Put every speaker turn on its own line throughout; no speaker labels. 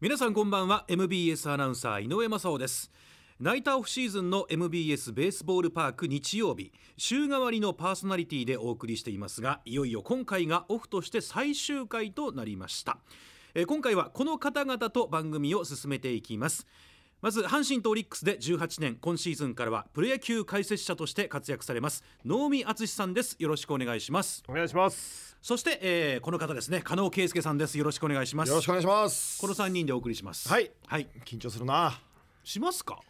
皆さんこんばんは MBS アナウンサー井上雅雄ですナイターオフシーズンの MBS ベースボールパーク日曜日週替わりのパーソナリティでお送りしていますがいよいよ今回がオフとして最終回となりましたえー今回はこの方々と番組を進めていきますまず阪神とオリックスで18年今シーズンからはプロ野球解説者として活躍されます能見敦さんですよろしくお願いします
お願いします
そして、えーこの方ですね加納圭介さんですよろしくお願いします
よろしくお願いします
この3人でお送りします
はい
はい
緊張するな
しますか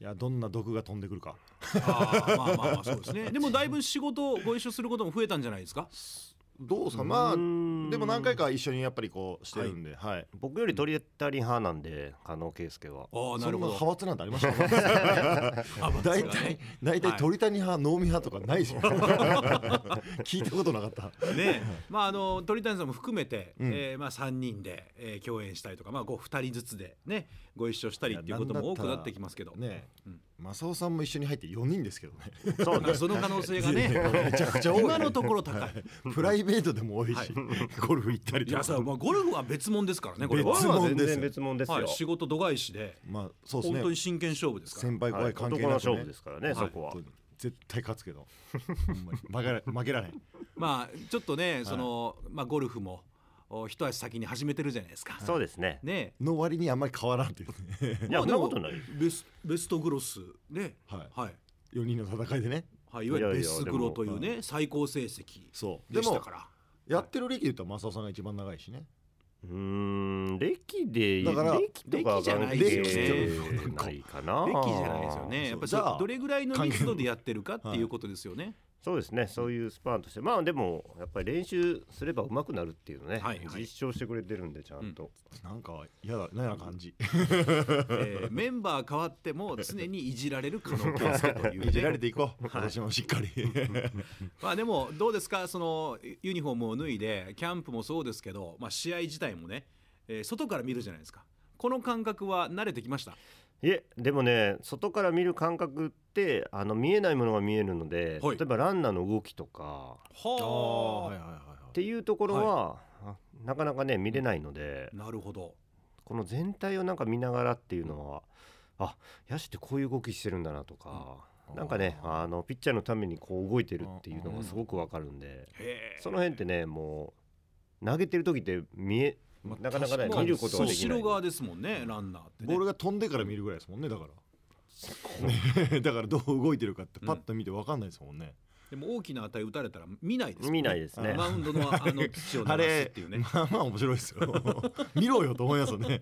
いやどんな毒が飛んでくるか
あーまあまあまあそうですねでもだいぶ仕事をご一緒することも増えたんじゃないですか
どうですかまあでも何回か一緒にやっぱりこうしてるんで、はい
僕より取りったり派なんで加納圭介
あ
は
あ
そ
なん
な
るほ
派
ど
閥なんてあり ました大体大体鳥谷派能見派とかないですよ 聞いたことなかった
ねまああの鳥谷さんも含めて、えーまあ3人で、えー共演したりとかまあご2人ずつでねご一緒したりっていうことも多くなってきますけど
ね
うん
正雄さんも一緒に入って4人ですけどね
そう
まあ
ね
その可能性が ね
めちゃくちゃ多い
今のところ高い
プライベートでも多いし、
はい
ゴルフ行ったり
い
と
や
か
さ、まあ、ゴルフは別物ですからねこれ
別
は、
物
全然別物ですよ、
はい、仕事度外視で
まあそうです
本
ね
当に真剣勝負ですから
先輩後
はい
輩
男
関係なく、ね
の勝負ですからね、
はい
そこは
本当に絶対勝つけどほんまに負けられ負けられない
まあちょっとねその、まあ、ゴルフもお一足先に始めてるじゃないですか。
そうですね
ね
の割にあんまり変わらんというね
いや
まあ
そんなことない
ベスベストグロスね、
はい
はい
4人の戦いでね
はい、いわゆる
いやい
ベ
や
スグロというね最高成績
そう
でしたから。
やってる歴で言ったら正雄さんが一番長いしね
うーん歴で
だから
歴とか
歴じゃない
ですよね
関係ないかな
べきじゃないですよね。やっぱりそ
そうじゃあ
どれぐらいの密度でやってるかっていうことですよね。
そうですねそういうスパンとしてまあでもやっぱり練習すれば上手くなるっていうのね、
はいはい
実証してくれてるんでちゃんと、
なんか嫌だ嫌な感じ
えーメンバー変わっても常にいじられる可能性という、ね、
いじら れていこう私もしっかり
まあでもどうですかそのユニフォームを脱いでキャンプもそうですけど、まあ、試合自体もね、えー外から見るじゃないですかこの感覚は慣れてきました
いえでもね外から見る感覚ってあの見えないものが見えるので、
はい
例えばランナーの動きとか
は
はいは
っていうところは、あなかなかね見れないので
なるほど
この全体をなんか見ながらっていうのはあ野手ってこういう動きしてるんだなとか、
うん
なんかねあのピッチャーのためにこう動いてるっていうの
うん
がすごくわかるんで、
へえ
その辺ってねもう投げてる時って見え、
まあ
なかなかね
確か
見
に
ることができ
後
ない
ろ側ですもんねランナーって、
い
ね、
ボールが飛んでから見るぐらいですもんねだから ねだからどう動いてるかってパッと見て分かんないですもんね、
でも大きな値打たれたら見ないですもんね
見ないですね。
マウンドのあの土を
あ
流すっ
れ
ていうね
まあまあ面白いですよ 見ろよと思いますよね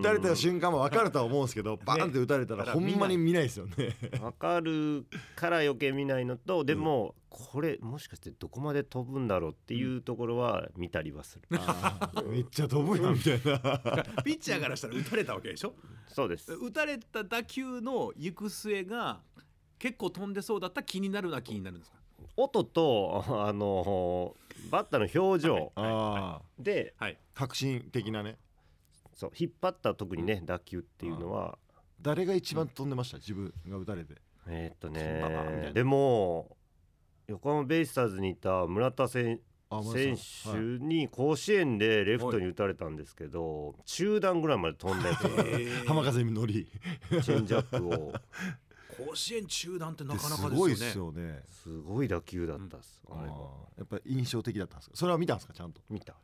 打
打たれた瞬間も分かるとは思うんですけどバーンって打たれた
だ
ら
から
ほんまに見ないですよね
わかるから余計見ないのとでも、これもしかしてどこまで飛ぶんだろうっていうところは見たりはする、
あーめっちゃ飛ぶよみたいな
ピッチャーからしたら打たれたわけでしょ
そうです
打たれた打球の行く末が結構飛んでそうだったら気になるな気になるんですか
音と あのバッターの表情
あー
で
はい
革新的なね
そう引っ張った特にね打球っていうのは
誰が一番飛んでました自分が打たれて
えーっと
そんなのみたいな
ねでも横浜ベイスターズにいた村田選
あ村
選
田さんはい
手に甲子園でレフトに打たれたんですけど中段ぐらいまで飛んだやつが
浜風に乗り
チェンジアップを
甲子園中断ってなかなか
すごい
で
です
よね
すよね
すごい打球だったっす
あ
あれは
ーやっぱり印象的だったんですかそれは見たんですかち ゃんと
見た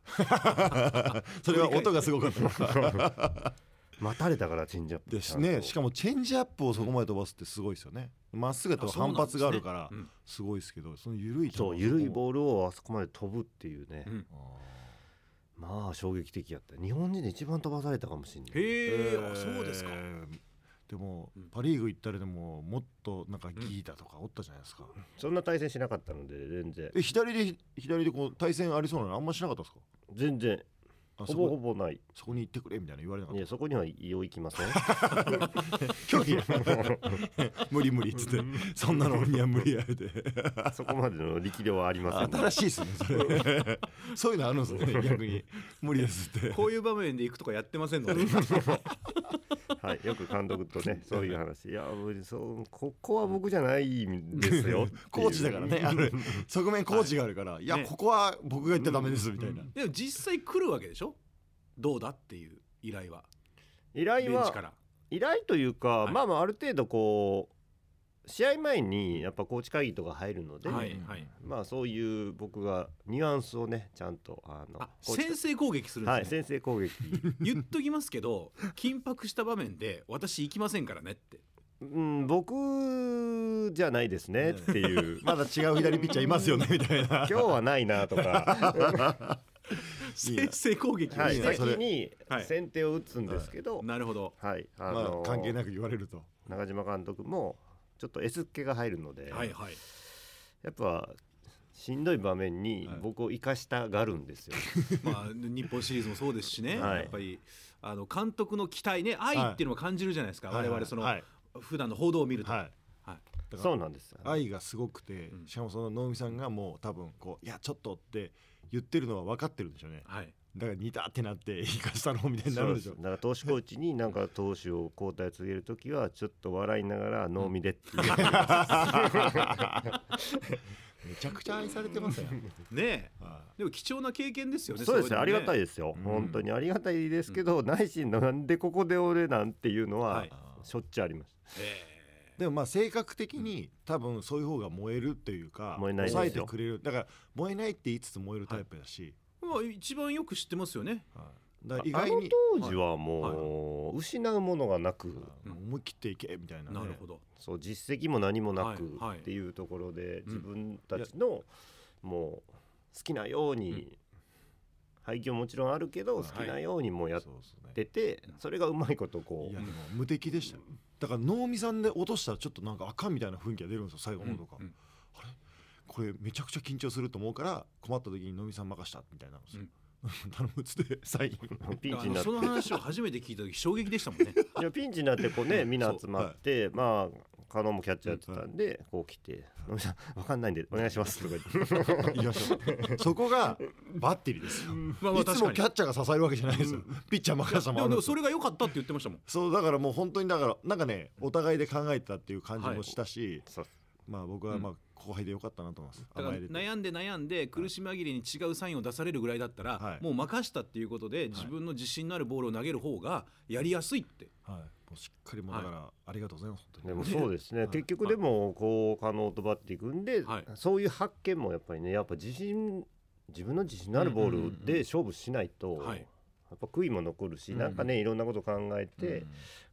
それは音がすごかったですか
待たれたからチェンジアップ
ですねしか
も
もチェンジアップをそこまで飛ばすってすごいですよねまっすぐだと反発があるから
うん
すごいですけどその緩い球
そう緩いボールをあそこまで飛ぶっていうね、
うん
まあ衝撃的やった日本人で一番飛ばされたかもしれない
へえ、あそうですか。
でも
うん
パ・リーグ行ったらでももっとなんかギータとかおったじゃないですか、
そんな対戦しなかったので全然
え左で左でこう対戦ありそうなのあんましなかったですか
全然
あ
ほ
そ
ぼほ
こ
ぼない
そこに行ってくれみたいな言われなかっ
いやそこにはよう行きません
た拒否無理無理っつってそんなのには無理やで
そこまでの力量はありません、
新しいですねそれそういうのあるんですね逆に無理ですって
こういう場面で行くとかやってません ので。
はい、よく監督とねそういう話いやそうここは僕じゃないんですよ
コーチだからねある側面コーチがあるからいや
ね
ここは僕が言っちゃダメですみたいな
でも実際来るわけでしょ。どうだっていう依頼は。
依頼
ベンチ
は
から
依頼というか、
はい
まあまあある程度こう試合前にやっぱコーチ会議とか入るので、
はいはい
まあそういう僕がニュアンスをねちゃんとあの
あ
コーチ
先制攻撃するん
はい
です ね、
先制 攻撃
言っときますけど緊迫した場面で私行きませんからねって
うん僕じゃないですねっていう
まだ違う左ピッチャーいますよねみたいな
今日はないな とか
いや
先制攻撃を
はい、
して、
ね
先
それ
に
はい
先手を打つんですけど、
なるほど
はいあ
まあ
の
関係なく言われると
中島監督もちょっと S っ気が入るので、
はいはい
やっぱしんどい場面に
はい
僕を生かしたがるんですよ。
まあ、日本シリーズもそうですしね、
はい
やっぱりあの監督の期待ね愛っていうのも感じるじゃないですか、我々その、
はい
普段の報道を見ると、
はい
はい
だか
そ
ら
うなんですよ
愛がすごくて
うん
しかもその能見さんがもう多分こういやちょっとって言ってるのは分かってるんでしょうね
はい
だから似たってなって 生かしたのみたいにな
そうで
るでし
す
ょ
だから投手コーチになんか投手を交代告げるときはちょっと笑いながら脳みで っていう
めちゃくちゃ愛されてますよ
ねえ
は
でも貴重な経験ですよね
そうですねありがたい
い
ですよ、
うん
本当にありがたいですけど、内心なんでここで俺なんていうの
は
はいしょっちゅうあります、
うのね、え
でもまあ性格的に多分そういう方が燃えるっていうか
燃えないですよ
抑えてくれるだから燃えないって言いつつ燃えるタイプだし、
えまあ、一番よく知ってますよね
はいだから意
あ
外
の
に
当時はもう失うものがなく、
うん思い切っていけみたいなね、
なるほど
そう実績も何もなく
はいはい
っていうところで
うん
自分たちのもう好きなように配球ももちろんあるけど
は
好
い
きなようにもうやっ
そうそうね
ててそれがうまいこと
い
こ
や
う
でも無敵でしたよだから能見さんで落としたらちょっとなんかあかんみたいな雰囲気が出るんですよ最後のとか、
うんうん
これめちゃくちゃ緊張すると思うから困った時に能見さん任したみたいなのですよ、 頼むっつってサイン
ピンチ
あ
にな
の
って
その話を初めて聞いた時衝撃でしたもん ね
いやピンチになってこうねみんな集まってまあ加納もキャッチャーやってたんでこう来て 「野上さん分かんないんでお願いします」とか言って
言いましょうそこがバッテリーですよ
まあまあ
いつも
確
キ
か
ャッチャーが支えるわけじゃないですよ、
う
ピッチャー任せた
に
も
で
あ
も
るん
で
で
も
すよ
それが良かったって言ってましたもん
そうだからもう本当にだからなんかねお互いで考えてたっていう感じもしたし、
そう
まあ僕はまあ後輩でよかったなと思います、
だから
甘えれて
悩んで悩んで苦し紛れに違うサインを出されるぐらいだったら、
はい
もう任したっていうことで自分の自信のあるボールを投げる方がやりやすいって、
はい、もうしっかりもうだからありがとうございます、本当に
でもそうですね
い
結局でもこう加納とバッていくんで
はい
そういう発見もやっぱりねやっぱ自信自分の自信のあるボールで勝負しないと
はい
やっぱ悔いも残るし
うん
なんかねいろんなこと考えて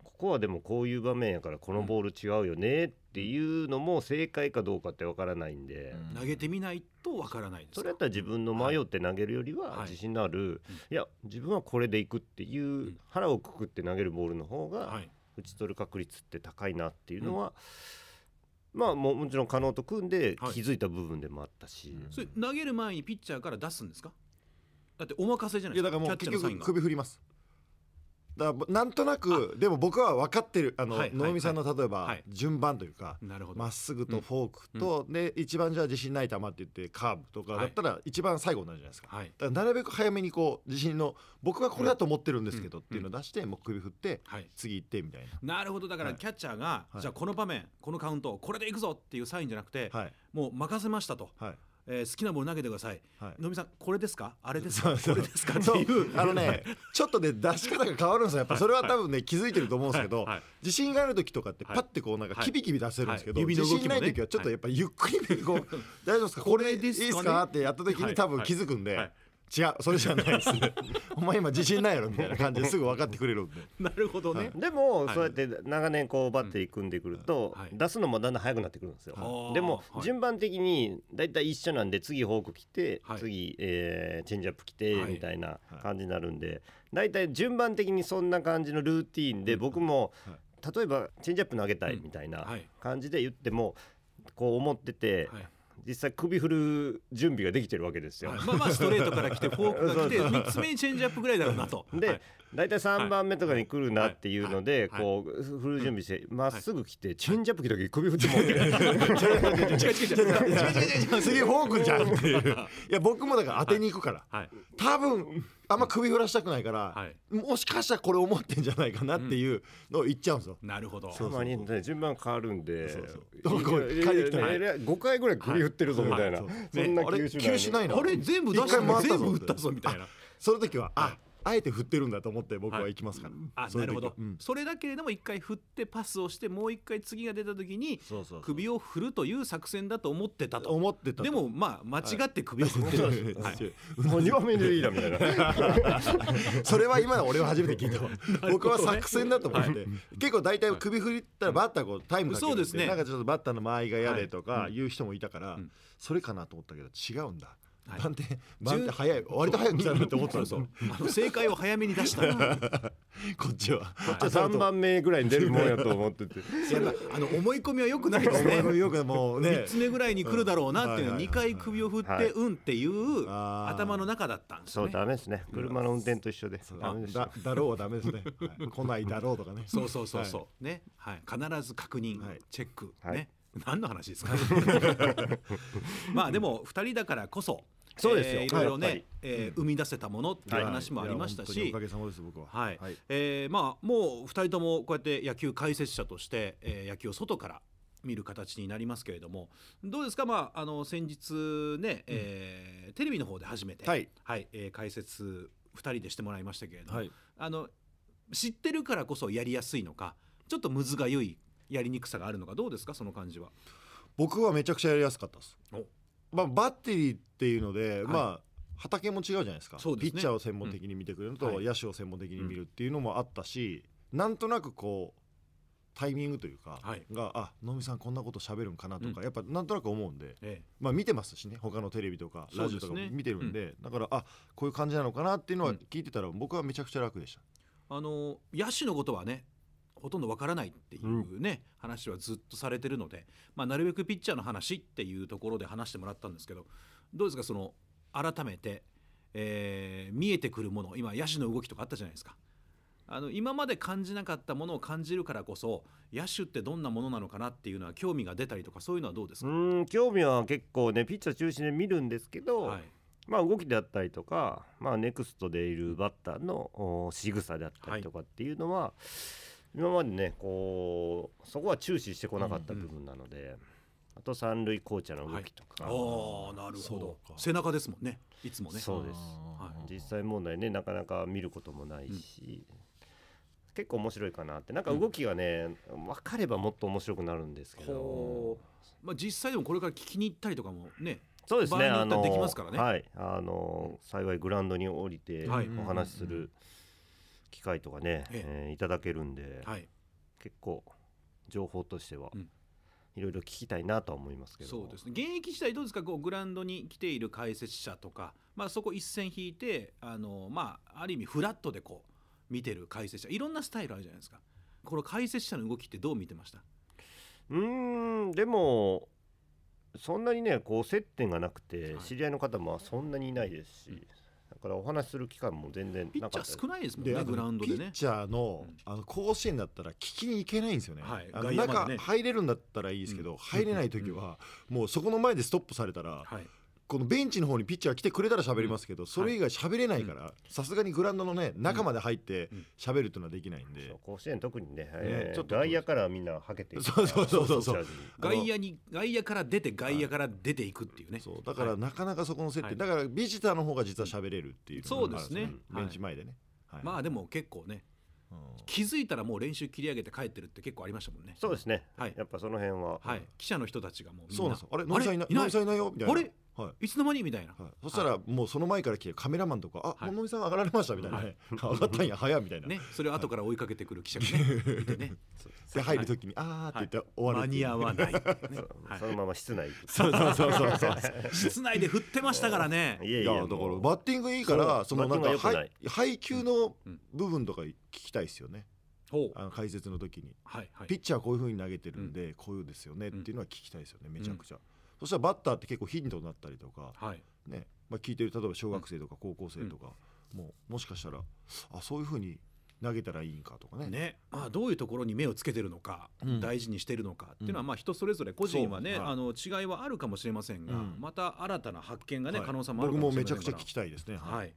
ここはでもこういう場面やからこのボール違うよねっていうのも正解かどうかって分からないんで。
うん
投げてみないとわからないです
それやったら自分の迷って投げるより
はい
は
はい
自信のある、
うん
い、や自分はこれでいくっていうん腹をくくって投げるボールの方
は
が
い、
打ち取る確率って高いなっていうのは、まあももちろん可能と組んで
はい
気づいた部分でもあったし、
うん
それ投げる前にピッチャーから出すんですかだってお任せじゃない
いや
です
だ
か
からもう
キャ
結
ッチャーのサイン
局
が
首振りますだからなんとなくでも僕は分かってるあの
はいはい
能見さんの例えば
はい
順番というか
なるほど、
まっすぐとフォークとで一番じゃあ自信ない球って言ってカーブとかだったら一番最後になるじゃないですか
はい
だからなるべく早めにこう自信の僕はこれだと思ってるんですけどっていうのを出してもう首振って
はい
次行ってみたい
なるほどだから
はい
キャッチャーが、
はい
じゃあこの場面このカウントこれでいくぞっていうサインじゃなくて、
なはい
もう任せましたと、
はい
えー好きなボール投げてください
はい
のみさんこれですかあれです
そ
か
うそう
これですかって
そう
いう
あのねちょっとね出し方が変わるんですよやっぱそれは多分ね気づいてると思うんですけど
はい
自信がある時とかって
はい
パッてこうなんか
はい
キビキビ出せるんですけど、
はい指の動
自
き
信
も
な
ね
い時はちょっとやっぱゆっくりこう大丈夫ですかこれ
これ
い
で
い
す
で
かね
すかってやった時に多分気づくんで、
はい
違うそれじゃないですお前今自信ないやろみたいな感じですぐ分かってくれるんで
なるほどね、
でも
はい
そうやって長年こうバッテリー組んでくると
はい
出すのもだんだん速くなってくるんですよ
はい。
でも
あー
順番的にだいたい一緒なんで次フォーク来て
はい
次えーチェンジアップ来て
はい
みたいな感じになるんでだいたい順番的にそんな感じのルーティーンで僕も
は
例えばチェンジアップ投げたい
うん
みたいな
はい
感じで言ってもこう思ってて
はい
実際首振る準備ができてるわけですよ
は。いまあまあストレートから来てフォークが来て
そう
3つ目にチェンジアップぐらいだろうなと。
で、
はい
大体3番目とかに来るなっていうので、
はい
こう振る準備してまっすぐ来てチェンジアップ来た時首振ってもうて
違う違う違う違う違う違う違う違う
次フォークじゃんっていういや僕もだから当てに行くから、
はい
多分あんま首振らしたくないから、
はい
もしかしたらこれ思ってんじゃないかなっていうのを言っちゃうんですよ、
なるほど。
たまにね順番変わるんで
そうそうこう
いやいや
帰ってきた
いやいや5回ぐらい首振ってるぞみたいな
はいはい
そんな
あれ
球種
球種ない
の
の
あれ全部出し
一回回った
た
ぞ
全部打ったぞみたいな。
その時はああえて振ってるんだと思って僕は行きますから、
あ
そうい
な
う
る
時
ほど、
うん
それだけれども一回振ってパスをしてもう一回次が出た時に
そうそう
首を振るという作戦だと思ってたと
思ってた
でもまあ間違って首を振ってた、はい
2番目のリーダーみたいな
それは今の俺は初めて聞いたわ 僕は作戦だと思って、
は
結構大体首振ったらバッターこうタイムかけるん
そうですね
なんかちょっとバッターの間合いが嫌でと
は
か
い
言う人もいたから、
ん
それかなと思ったけど違うんだ、
はい
番手番手早い割と早く来たなって 思ったんですよ
あの正解を早めに出 したやっ
こっちは
あ3番目ぐらいに出るもんやと思ってて
ぱあの思い込みは良くないですね
思いよくもうね
3つ目ぐらいに来るだろうなっていうの
うんはい
2
はいはい
回首を振っ
はい
て「うん」っていう
あー
頭の中だったんです
そう
ね
ダメですね車の運転と一緒でダメですよ
だだろうはダメですね、はい来ないだろうとかね
そうそうそうそうねはい必ず確認
はい
チェック
はい
ね何の話ですかまあでも2人だからこそ
そうですよ
えーいろいろ
はいや
ね
っ
えー生み出せたものっていう話もありました
いや本当に
し
おかげさまです僕は
はい、えーまあもう2人ともこうやって野球解説者として、えー野球を外から見る形になりますけれどもどうですか、まあ、あの先日ね、えーテレビの方で初めて、
はい
えー解説2人でしてもらいましたけれども、
はい
あの知ってるからこそやりやすいのかちょっとむずがゆいやりにくさがあるのかどうですかその感じは。
僕はめちゃくちゃやりやすかったです
お。
まあ、バッテリーっていうので、まあ畑も違うじゃないですか
そうですね
ピッチャーを専門的に見てくれるのと、
うんはい
野手を専門的に見るっていうのもあったし、なんとなくこうタイミングというか、
はい
があ能見さんこんなこと喋るんかなとか、
う
やっぱなんとなく思うんで、
え
まあ、見てますしね他のテレビとか
そ
ラ
う
ジ
で
オ
す
と
ね
かも見てるんでだからあこういう感じなのかなっていうのは聞いてたら、僕はめちゃくちゃ楽でし
ー
た。
あの野手のことはねほとんどわからないっていうね、話はずっとされてるので、まあ、なるべくピッチャーの話っていうところで話してもらったんですけどどうですかその改めて、えー見えてくるもの今野手の動きとかあったじゃないですかあの今まで感じなかったものを感じるからこそ野手ってどんなものなのかなっていうのは興味が出たりとかそういうのはどうです
う
か、
ん興味は結構ねピッチャー中心で見るんですけど、
はい
まあ動きであったりとか、まあ、ネクストでいるバッターのお仕草であったりとかっていうのは、今までねこうそこは注視してこなかった部分なので、あと三塁コーチャーの動きとか、
ああなるほど
そうか
背中ですもんねいつもね
そうです
は
実際問題ねなかなか見ることもないし、結構面白いかなってなんか動きがね、分かればもっと面白くなるんですけど
ほ。うまあ、実際でもこれから聞きに行ったりとかもね
そうですね。
場合
あ
によ
の
ってはできますからね
はい、あの幸いグラウンドに降りて
はい
お話しする機会とかね、
え
えーいただけるんで、
はい
結構情報としては
うん
いろいろ聞きたいなとは思いますけど。
そうですね現役時代どうですかこうグラウンドに来ている解説者とか、まあ、そこ一線引いてあの、まあ、ある意味フラットでこう見てる解説者いろんなスタイルあるじゃないですかこの解説者の動きってどう見てました
うーん、でも。そんなにねこう接点がなくて
はい
知り合いの方もそんなにいないですし、だからお話しする機会も全然
ピ
な
ッチ
か
ャ
ったです
ー少ないですもん
で
ね
あと
グラウンドで
ピッ
ね
チャーの
うん
あの甲子園だったら聞きに行けないんですよね、
はい
あの
外野ま
中
でね
入れるんだったらいいですけど、入れない時はもうそこの前でストップされたら、
はい
このベンチの方にピッチャー来てくれたら喋りますけど、それ以外喋れないからさすがにグラウンドのね中まで入って
うん
喋るっていうのはできないんで、
そう甲子園特にねえー
ちょっと
外野からみんなはけていく
そうそうそうそうそう
ピッチャー陣
あの
外野に外野から出て外野から出ていくっていうね
そうだから
はい
なかなかそこの設定、
はい
だからビジターの方が実は喋れるっていうのがあるん
そうですね
ベンチ前でね、はい
まあでも結構ね気づいたらもう練習切り上げて帰ってるって結構ありましたもんね
そうですね、
はい
やっぱその辺は、
はい記者の人たちがもうみんな
そうなんですよあれ野木さんいない野木さんいないよみたいな
あれ
はい
いつの間にみたいな、
はい、そしたらもうその前から来てるカメラマンとか「あ
はい
野々見さん上がられました」みたいな、ね 上がったんや早いみたい な、
ね、それを後から追いかけてくる記者がね、いて ね、
で入る時に「あー」って言って終わ
間
るって
に
いう
合わない、ねは
そのまま室内行く
そうそうそうそうそう
い、室内で振ってましたからね、
いや
い
い
や
や
だからバ
もう
ッティングいいから
そ
そうのなんか
バッティングが良くな
はい配球の
うん
部分とか聞きたいですよね、
ほう
あの解説の時に
はいはい、
ピッチャーこういうふうに投げてるんで、こういうですよねっていうのは聞きたいですよねめちゃくちゃ、そしたらバッターって結構ヒントになったりとか、
はい、
ねまあ、聞いてる例えば小学生とか高校生とか、もうもしかしたらあそういうふうに投げたらいいんかとかね
ね、まあどういうところに目をつけてるのか、
うん
大事にしてるのかっていうのは
うん
まあ人それぞれ個人はね、
そうはい
あの違いはあるかもしれませんが、
うん
また新たな発見がね、
はい
可能性もあるか
僕
も
も
しれ
め
ま
ち
せ
ゃ
ん
く
から
ちゃ聞きたいですね、
はい、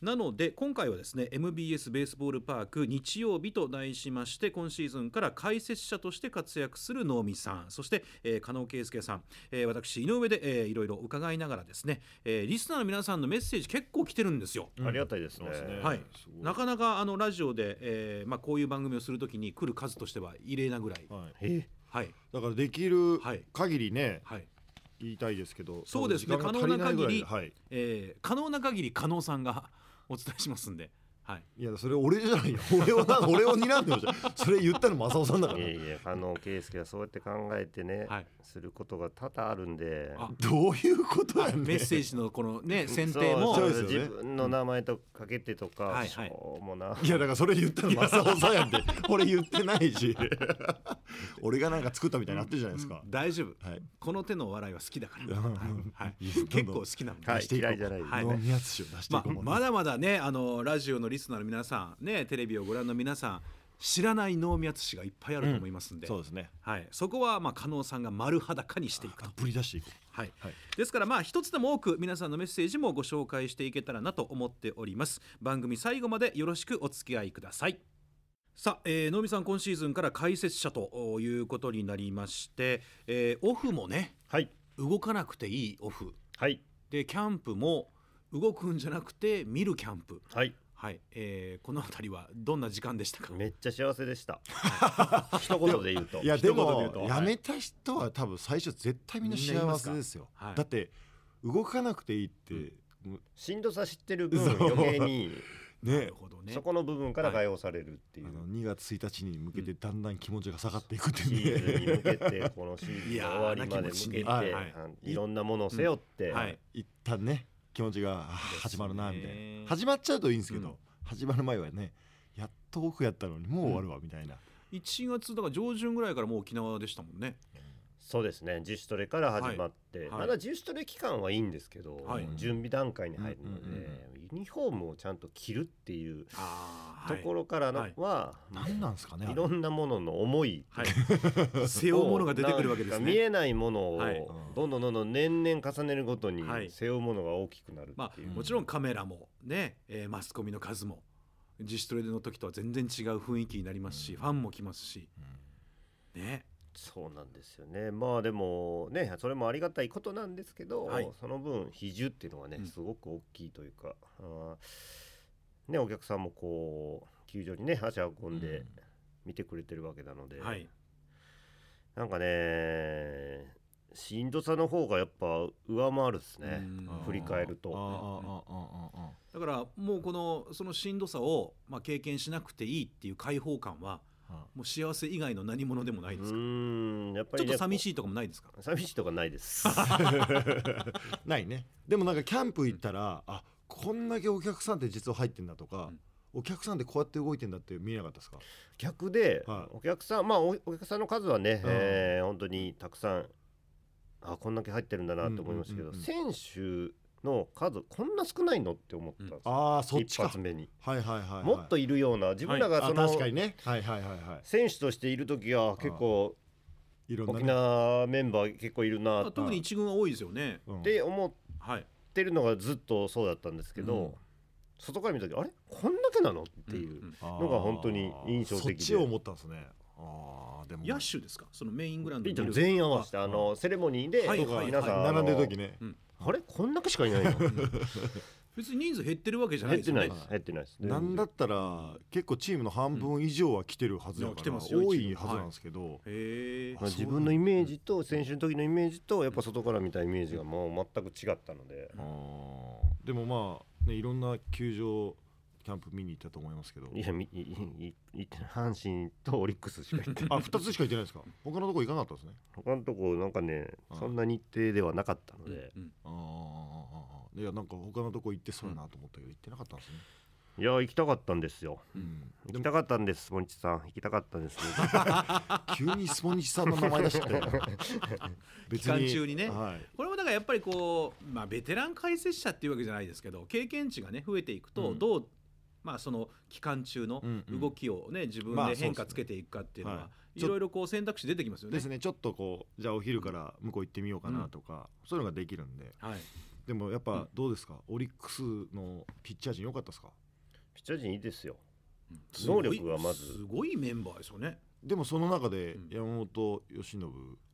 なので今回はですね MBS ベースボールパーク日曜日と題しまして今シーズンから解説者として活躍する能見さんそして、えー、加納圭介さん、えー私井上で、えーいろいろ伺いながらですね、えーリスナーの皆さんのメッセージ結構来てるんですよ。
ありがたいですね。
そうですね
はい
すごい
なかなかあのラジオで、えーまあ、こういう番組をするときに来る数としては異例なぐらい、
はい
え
はい
だからできる
はい
限りね、
はい
言いたいですけど
そうですね
多分時間が足りいぐらい
可能な限り
はい
えー可能な限り加納さんが お伝えしますんで、はい、
いやそれ俺じゃないよ
俺をな俺を睨んでましたそれ言ったの正雄さんだから
いやいや、あの圭介はそうやって考えてね、
はい
することが多々あるんで。
あ
どういうことやねん
メッセージのこのね選定も
そう
そうですよね
自分の名前とかけてとか、
んはいはい
しょうもな。
いやだからそれ言ったの正雄さんやんって俺言ってないし俺がなんか作ったみたいになってるじゃないですか、
大丈夫
はい
この手のお笑いは好きだから、
うん
はい
いや どんどん
結構好きなんで、
はい
していこう
嫌いじゃないです
はい
ね。
飲みやつしを出してい
ま
こ
あ
うもんね
まだまだねあのラジオのリスナーの皆さんねテレビをご覧の皆さん知らない能見淳がいっぱいあると思いますんで、
そうですね
はい、そこはまあ加納さんが丸裸にしていくと
たっ。ぷり出していこう
はい
はい
ですからまあ一つでも多く皆さんのメッセージもご紹介していけたらなと思っております番組最後までよろしくお付き合いくださいさあ、えー、能見さん今シーズンから解説者ということになりまして、えーオフもね
はい。
動かなくていいオフ
はい。
でキャンプも動くんじゃなくて見るキャンプ
はい。
はい、えーこの辺りはどんな時間でしたか
めっちゃ幸せでした。一言で言うと。
いやで
一言
も
言うと
や
はい
めた人は多分最初絶対みんな幸せで
み
すよ
んな言いますかはい
だって動かなくていいって、
しんどさ知ってる分余計に
な
ね
るほどね
そこの部分から解放されるって
あ
いう。
の2月1日に向けてだんだん気持ちが下がっていくって
シーズン
いう
に
ね、
向けてこのシーズンの終わりまで向
い
けて
やー
なき
い
もちに
はい
いろんなものを背負って、
はい
一旦ね気持ちがあー
ですね
始まるなみたいな始まっちゃうといいんですけど、
うん
始まる前はねやっと奥やったのにもう終わるわみたいな、
1月だから上旬ぐらいからもう沖縄でしたもんね
そうですね自主トレから始まって、
はいはい
まだ自主トレ期間はいいんですけど、
はい
準備段階に入るので、
うんうんうん
ユニフォームをちゃんと着るっていう
あ
ところからのは、
なんなんですかね
い、ろんなものの思い
はい、 背負うものが出てくるわけです
なんか見
ね。
えないものを
はい
どんどんどんどん年々重ねるごとに
はい
背負うものが大きくなる
ま
っていう、
あ、もちろんカメラもね、えーマスコミの数も自主トレの時とは全然違う雰囲気になりますし、ファンも来ますし、ね、
そうなんですよねまあでもねそれもありがたいことなんですけど、
はい
その分比重っていうのはね
うん
すごく大きいというか、あーねお客さんもこう球場にね足運ん
う
で
ん
見てくれてるわけなので、
はい、
なんかねしんどさの方がやっぱ上回るです
う
ね
ん
振り返ると。
ああああああ
だからもうこのそのしんどさをまあ経験しなくていいっていう解放感は
あ
もう幸せ以外の何物でもな
う
いですか。
ーんやっぱ
ちょ
り
っ
ね、
と寂しいとかもないですか。
こう寂しいとかないです。
ないねでもなんかキャンプ行ったら、あこんだけお客さんって実は入ってんだとか、
うん
お客さんってこうやって動いてんだって見えなかったですか
逆で、
はい
お客さんまあおお客さんの数はね、
ん
えー本当にたくさんあこんだけ入ってるんだなと思いましたけど、
うんうんうん
選手の数こんな少ないのって思ったんですよ、
ああそっち
一
か
発目に、
はいはいはい、はい、
もっといるような自分らが
あ
その、
確かにねはいはいはいは
選手としている時は結構
いいろんな、ね、
沖縄メンバー結構いるなっ
特に一軍は多いですよね。
うん
て思っ
はい。
てるのがずっとそうだったんですけど、
うん
外から見た時あれこんだけなのっていう、
んん
のが本当に印象的で
そっちを思ったんですねああでも
野手ですか。そのメイングラウンド
ピッ
に
チャ
い
ー
る。
全員合わせてあの、セレモニーで、
はいはい
皆さん、
並んでる
あの
時ね
あれこんだけしかいないの
別に人数減ってるわけじゃない
減っ
ですよね
てないです減ってないです
なんだったら結構チームの半分以上は来てるはずだ
いや
か
来て
ら
ますよ
多いはずなんですけど、
へえ
まあ、自分のイメージと選手の時のイメージとやっぱ外から見たイメージがもう全く違ったので
あーでもまあ、ね、いろんな球場キャンプ見に行ったと思いますけど
いやみいいいい阪神とオリックスしか行ってない
あ二つしか行ってないですか他のとこ行かなかったんですね
他のとこなんかね
うん
そんな日程ではなかったの
うん
で
うん
ああいやなんか他のとこ行ってそうやなと思ったけど行ってなかったんですね、
いや行きたかったんですよ
うん
うん
行
で
き
も
たかったんですモニチさん行きたかったんです
急にスポニチさんの名前出して 別
期間中にね
はい
これもだからやっぱりこう、まあ、ベテラン解説者っていうわけじゃないですけど経験値がね増えていくと、
うん
どう、まあ、その期間中の
うんうん
動きをね自分
まあそ
で
うですね
変化つけていくかっていうのは、、
はいいちょ
ろいろこう選択肢出てきますよね
です。ねちょっとこうじゃあお昼から向こう行ってみようかなとか、そういうのができるんで
はい、
でもやっ
うん
ぱどうですか、オリックスのピッチャー陣良かったですか
ピッチャー陣いいですよ。
すごい
能力はまず
すごいメンバーですよね
でもその中で
うん
山本由伸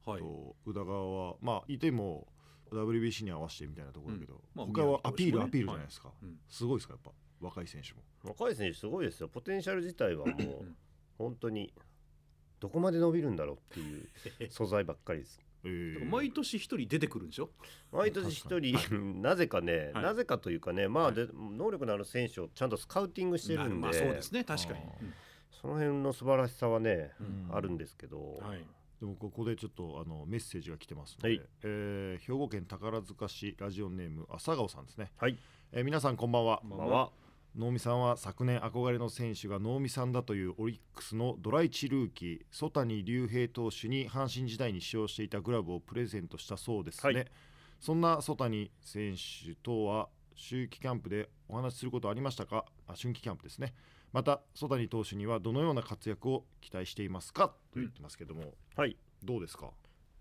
はい
と宇田川は、まあいても WBC に合わせてみたいなところだけど、
まあ
他はアピール、
宮城投手もね
アピールじゃないですか、
うん
すごいですかやっぱ若い選手も
若い選手すごいですよ。ポテンシャル自体はも
う
うん本当にどこまで伸びるんだろうっていう素材ばっかりです。
え
だ
ー
から毎年一人出てくるんでしょ
毎年一人 なぜかね、
はい
なぜかというかね、ま
は
あ
い
で能力のある選手をちゃんとスカウティングしてるん
まあ
で、
そうですね確かに
あ
その辺の素晴らしさはね、
うん
あるんですけど、
うんはい
でもここでちょっとあのメッセージが来てますので、
はい
えー兵庫県宝塚市ラジオネーム朝顔さんですね、
はい
えー皆さんこんばんは
こんばん
まあは
能見さんは昨年憧れの選手が能見さんだというオリックスのドライチルーキー曽谷龍平投手に阪神時代に使用していたグラブをプレゼントしたそうですね、
はい
そんな曽谷選手とは秋季キャンプでお話しすることありましたかあ春季キャンプですねまた曽谷投手にはどのような活躍を期待していますかと言ってますけども、
はい、
どうですか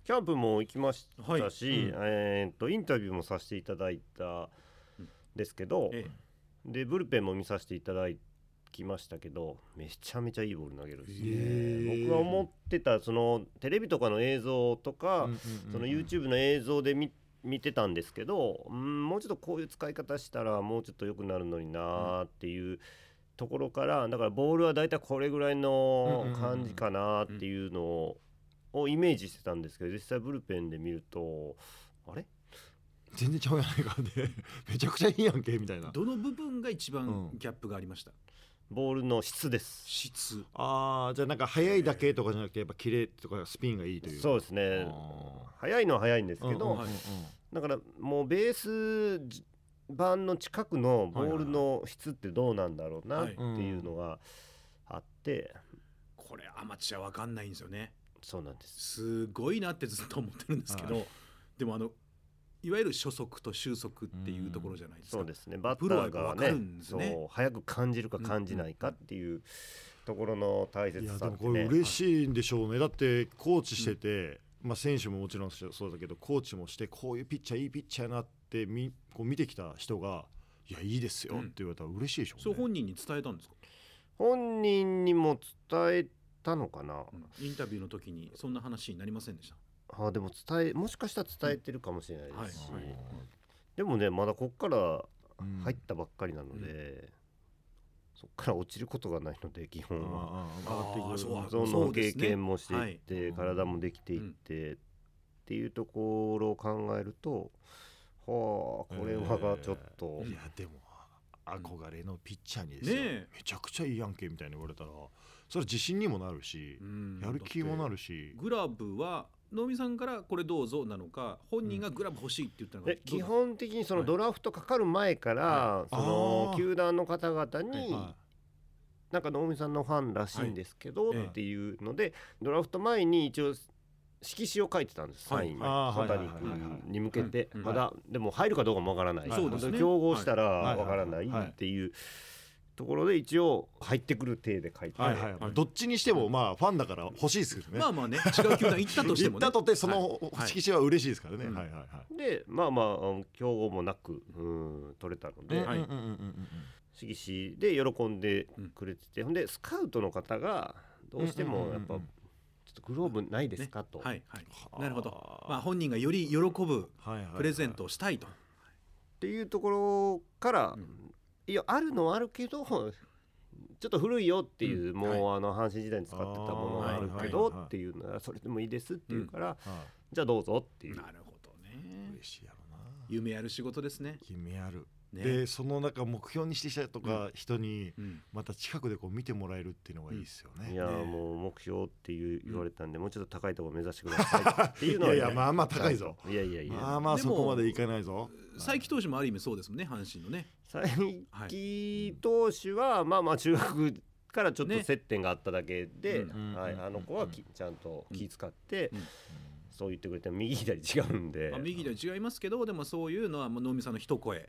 キャンプも行きましたし、
はいうん
えーっとインタビューもさせていただいたんですけど、
え
でブルペンも見させていただきましたけどめちゃめちゃいいボール投げるんですね、
へー
僕は思ってたそのテレビとかの映像とか、その YouTube の映像で見見てたんですけど、うん、もうちょっとこういう使い方したらもうちょっと良くなるのになーっていうところからだからボールはだいたいこれぐらいの感じかなっていうのを,、をイメージしてたんですけど実際ブルペンで見るとあれ
全然ちゃうやないかで めちゃくちゃいいやんけみたい
え
な
どの部分が一番
うん
ギャップがありました
ボールの質です。
質
あーじゃあなんか速いだけとかじゃなくてやっぱキレとかスピンがいいという
そうですね速いのは速いんですけど、
うんはい
だからもうベース板の近くのボールの質ってどうなんだろうなっていうのがあって、
これアマチュアわかんないんですよね
そうなんです。
すごいなってずっと思ってるんですけど、でもあのいわゆる初速と終速っていうところじゃないですか、
そうですね。バ
プ
ッ
ロ
タ
はや
ー
っぱ
が
分かる
ね、
んです
そ
ね
う早く感じるか感じないかっていうところの大
い
切
やで
さっ
も
て
こ
ね。
れ嬉しいんでしょうねだってコーチしてて、まあ、選手ももちろんそうだけどコーチもしてこういうピッチャーいいピッチャーやなってみこう見てきた人が「いやいいですよ」って言われたら嬉しいでしょうね。
そう本人に伝えたんですか、
本人にも伝えたのかな。
インタビューの時にそんな話になりませんでした
あでも伝えもしかしたら伝えてるかもしれないですし、
はいはい
でもねまだこっから
うん
入ったばっかりなので、そっから落ちることがないので基
あ
本は。
ーあー上がっていく
あー
そ
そ
の
うで
経
すね
験もしていって、
はい
体もできていって、っていうところを考えるとはあこれはがちょっと、
いやでも憧れのピッチャーにですよ、
ね
めちゃくちゃいいやんけみたいに言われたらそれは自信にもなるし
え、うん
やる気もなる
だ
し
ってグラブは能見さんからこれどうぞなのか本人がグラブ欲しいって言ったのか、
で基本的にそのドラフトかかる前から、そ
あ
の
ー
球団の方々に、
は
なんか能見さんのファンらしいんですけど、
はい
っていうのでドラフト前に一応色紙を書いてたんです、
はい
サイン
あー
小谷
はいはいはいはい
君に向けて、
うんうん
まだ、でも入るかどうかもわからない、
はいそう
本
です
当
ね
に競合したら
はい
わからないっていうところで一応入ってくる体で書いて、
はいはい
はい
どっちにしてもまあファンだから欲しいですけど ね、
まあまあね違う球団行ったとしてもね
行ったとてその
はい
色紙は嬉しいですからね、
はい
はいはいはい
でまあまあうん競合もなく、うん、取れたので、
はい
うんうんうんうんうん
色紙で喜んでくれてて、ほんでスカウトの方がどうしてもやっぱ、
うんうんうんうん
ちょっとグローブないですかと、
はいはいなるほど
はあ
まあ本人がより喜ぶ
はいはいはい
プレゼントをしたいと、
っていうところから、
うん
いやあるのはあるけどちょっと古いよってい
う
う、
ん
もう、
は
あの阪神時代に使ってたものがあるけ
あ
ど
ーはいはいはい
っていうのはそれでもいいですっていうから、
は
じゃあどうぞっていう
なるほど
い
ね
嬉しいやろな
夢ある仕事ですね
夢ある、
ね
でその中目標にしてきたとか人に
うん
また近くでこう見てもらえるっていうのがいいですよね、
いや
ね
もう目標っていう言われたんで、もうちょっと高いところ目指してくださいっていうのは、
いやいやまあまあ高いぞ
いやいやいや、
まあまあ
でも
そこまでいかないぞ
佐伯投手もある意味そうですもんね阪神のね
佐伯投手はまあまあ中学からちょっと
ね
接点があっただけで、
うん
はい、
うん
あの子はき
う
ちゃんと気遣って、
うん
そう言ってくれて右左違うんで、
まあ、右では違いますけどでもそういうのはもう能見さんの一声、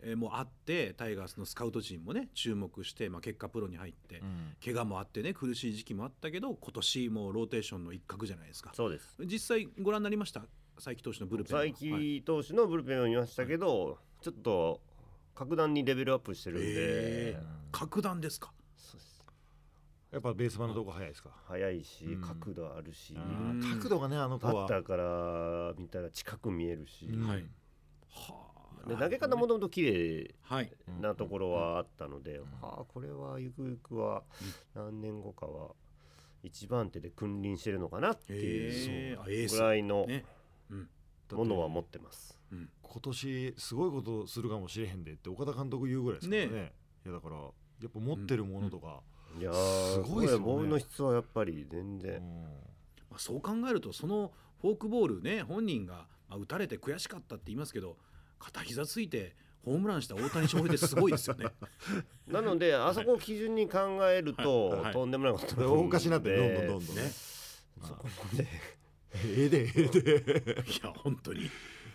えーもうあってタイガースのスカウト陣もね注目して、まあ、結果プロに入って、
うん
怪我もあってね苦しい時期もあったけど今年もうローテーションの一角じゃないですか
そうです
実際ご覧になりました佐伯投手のブルペンは
佐伯投手のブルペンを見ましたけど、ちょっと格段にレベルアップしてるんで、
え格段ですか
そうです
やっぱベース板のとこ早いですか
速いし、
うん
角度あるし、
うん
角度がねあの子
バッ
は
ターから見たら近く見えるし、
うん
はいはあ
で投げ方もともと綺麗
はい
なところはあったので、ああこれはゆくゆくは何年後かは一番手で君臨してるのかなってい
え
う
ーあエース
ぐらいの
ねうん
ものは持ってます。
うん
今年すごいことするかもしれへんでって岡田監督言うぐらいですからねいやだからやっぱ持ってるものとか、
いや
す
ー
ごいですよね
これボールの質はやっぱり全
う
然、
ん
まあ、そう考えるとそのフォークボールね本人が、まあ、打たれて悔しかったって言いますけど片膝ついてホームランした大谷翔平ってすごいですよ ね。
なのであそこを基準に考えると、
はいはい
とんでもないこと
でおかしなってどんどんど
ん
んどん
ね
ね
そこまで
ええでええで
いや本当に、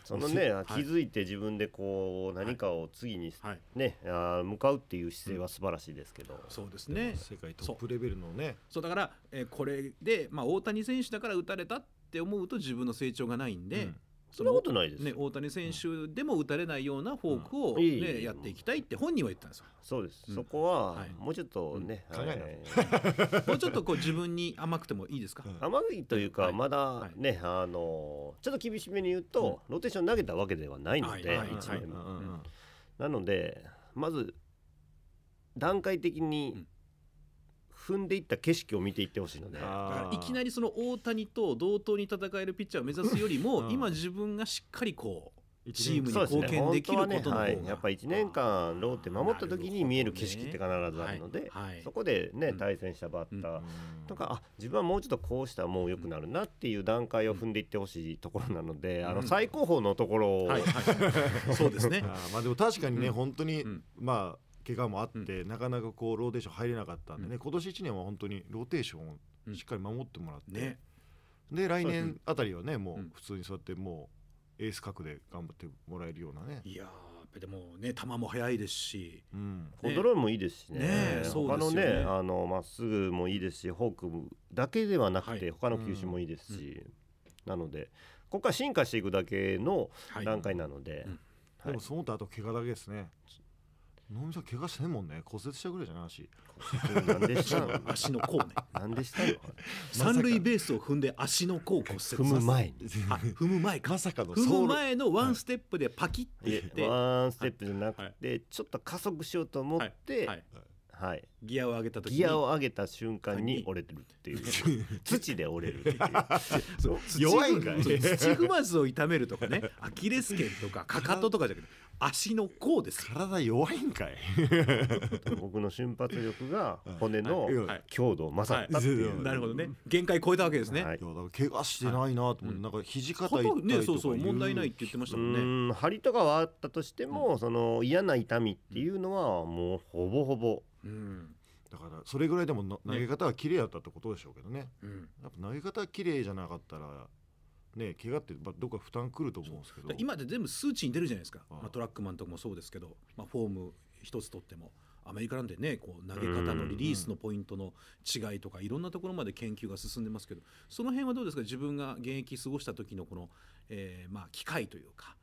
そのね、
はい
気づいて自分でこう何かを次に、
はい、
ねあー向かうっていう姿勢は素晴らしいですけど、
そうですね
世界トップレベルのね
そうだから、えーこれで、まあ、大谷選手だから打たれたって思うと自分の成長がないんで、
うん
そんなことないですよ、
ね、大谷選手でも打たれないようなフォークを、
うんいい
ねやっていきたいって本人は言ってたんですよ。
そうです、
うん
そこは、
はい
もうちょっとね、
うん考え
な
もうちょっとこう自分に甘くてもいいですか、
うん
甘いというか、
はい
まだね、あのちょっと厳しめに言うと、ローテーション投げたわけではないの
は
で、
いはい
一
はい
年も
うんうんうん
なのでまず段階的
う
に
ん
踏んでいった景色を見ていってほしいので、
だからいきな
り
りその大谷と同等に戦えるピッチャーを目指すよりも、
うん
今自分がしっかりこうチームに
そうですね
貢献できることの
本当は
方
ねは
が
い、やっぱり1年間ローテ守った時に見える景色って必ずあるので、
はいはい
そこでね、
うん
対戦したバッターと
と
か、あ自分はもうちょっとこうしたらもう良くなるなっていう段階を踏んでいってほしいところなので、あ
う
の
ん
最高峰のところを、
はいはい、そうです ね。
あーまあでも確かにね、
うん
本当に、
うん
まあ怪我もあって、なかなかこうローテーション入れなかったんで
う
ね、
ん
今年一年は本当にローテーションをしっかり守ってもらって、
ね、
で来
そうです
年あたりはねも
う
うん普通にそうやってもうエース格で頑張ってもらえるようなね、
いやーやっぱでもね球も速いですし、
うん、
コントロールもいいですしね
ねえそう
他
で
の
すよね
ねあのまっすぐもいいですしフォークだけではなくて、
はい
他の球種もいいですし、なのでここから進化していくだけの
はい、
段階なので、
うん
は
で
い
も、その他あと怪我だけですね能見さん怪我してんもんね骨折したぐらいじゃない足
なんでした の
足の甲 ね
なん でしたの
三塁ベースを踏んで足の甲を骨折させ
踏む前に
あ踏む前 か
まさかの
踏む前のワンステップでパキッていっ
で
て、
ワンステップじゃなくてちょっと加速しようと思って
はい、
はい
ギアを上げた時に
ギアを上げた瞬間に折れてるっていう 土で折れるっていう
そう土
弱いんかい
そう 土踏まずを痛めるとかねアキレス腱とかかかととかじゃなくて足の甲ですよ
体弱いんかい
僕の瞬発力が骨の
はい
はい
強度を勝ったっていう
はい
なるほどね限界超えたわけですね、
はい
いやだから怪我してないなと思って、
うん
なんか肘
ほ
肩
と
痛いと
ん
か
どねそうそう
言
問題ないって言ってましたもんね
うん張りとかはあったとしても、その嫌な痛みっていうのはもうほぼほぼ
うん
だからそれぐらいでもの投げ方は綺麗だったってことでしょうけどね
うん
やっぱ投げ方綺麗じゃなかったらね怪我ってばどっか負担くると思うんですけど
だから今って全部数値に出るじゃないですか、
ああ
まあ、トラックマンとかもそうですけど、まあ、フォーム一つとってもアメリカなんでねこう投げ方のリリースのポイントの違いとかいろんなところまで研究が進んでますけどその辺はどうですか自分が現役過ごした時のこの、えーまあ機会というか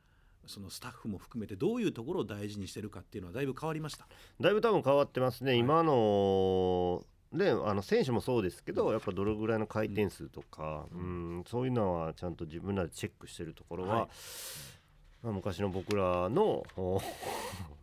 そのスタッフも含めてどういうところを大事にしてるかっていうのはだいぶ変わりました。
だいぶ多分変わってますね、今のね、あの選手もそうですけど、やっぱどれぐらいの回転数とか、うん、そういうのはちゃんと自分らでチェックしてるところは、
はい
まあ、昔の僕らの お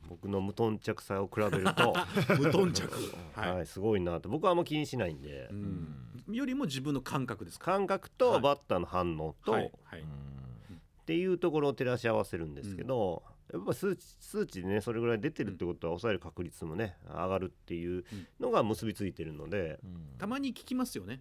僕の無頓着さを比べる と、
無頓着、
は
はいい
すごいなと僕はあんま気にしないんで、
うん、よりも自分の感覚ですか
感覚
は
と
い
バッターの反応と、
はいはい
っていうところを照らし合わせるんですけど、やっぱ数値数値でねそれぐらい出てるってことは抑える確率もね上がるっていうのが結びついてるので、
たまに聞きますよね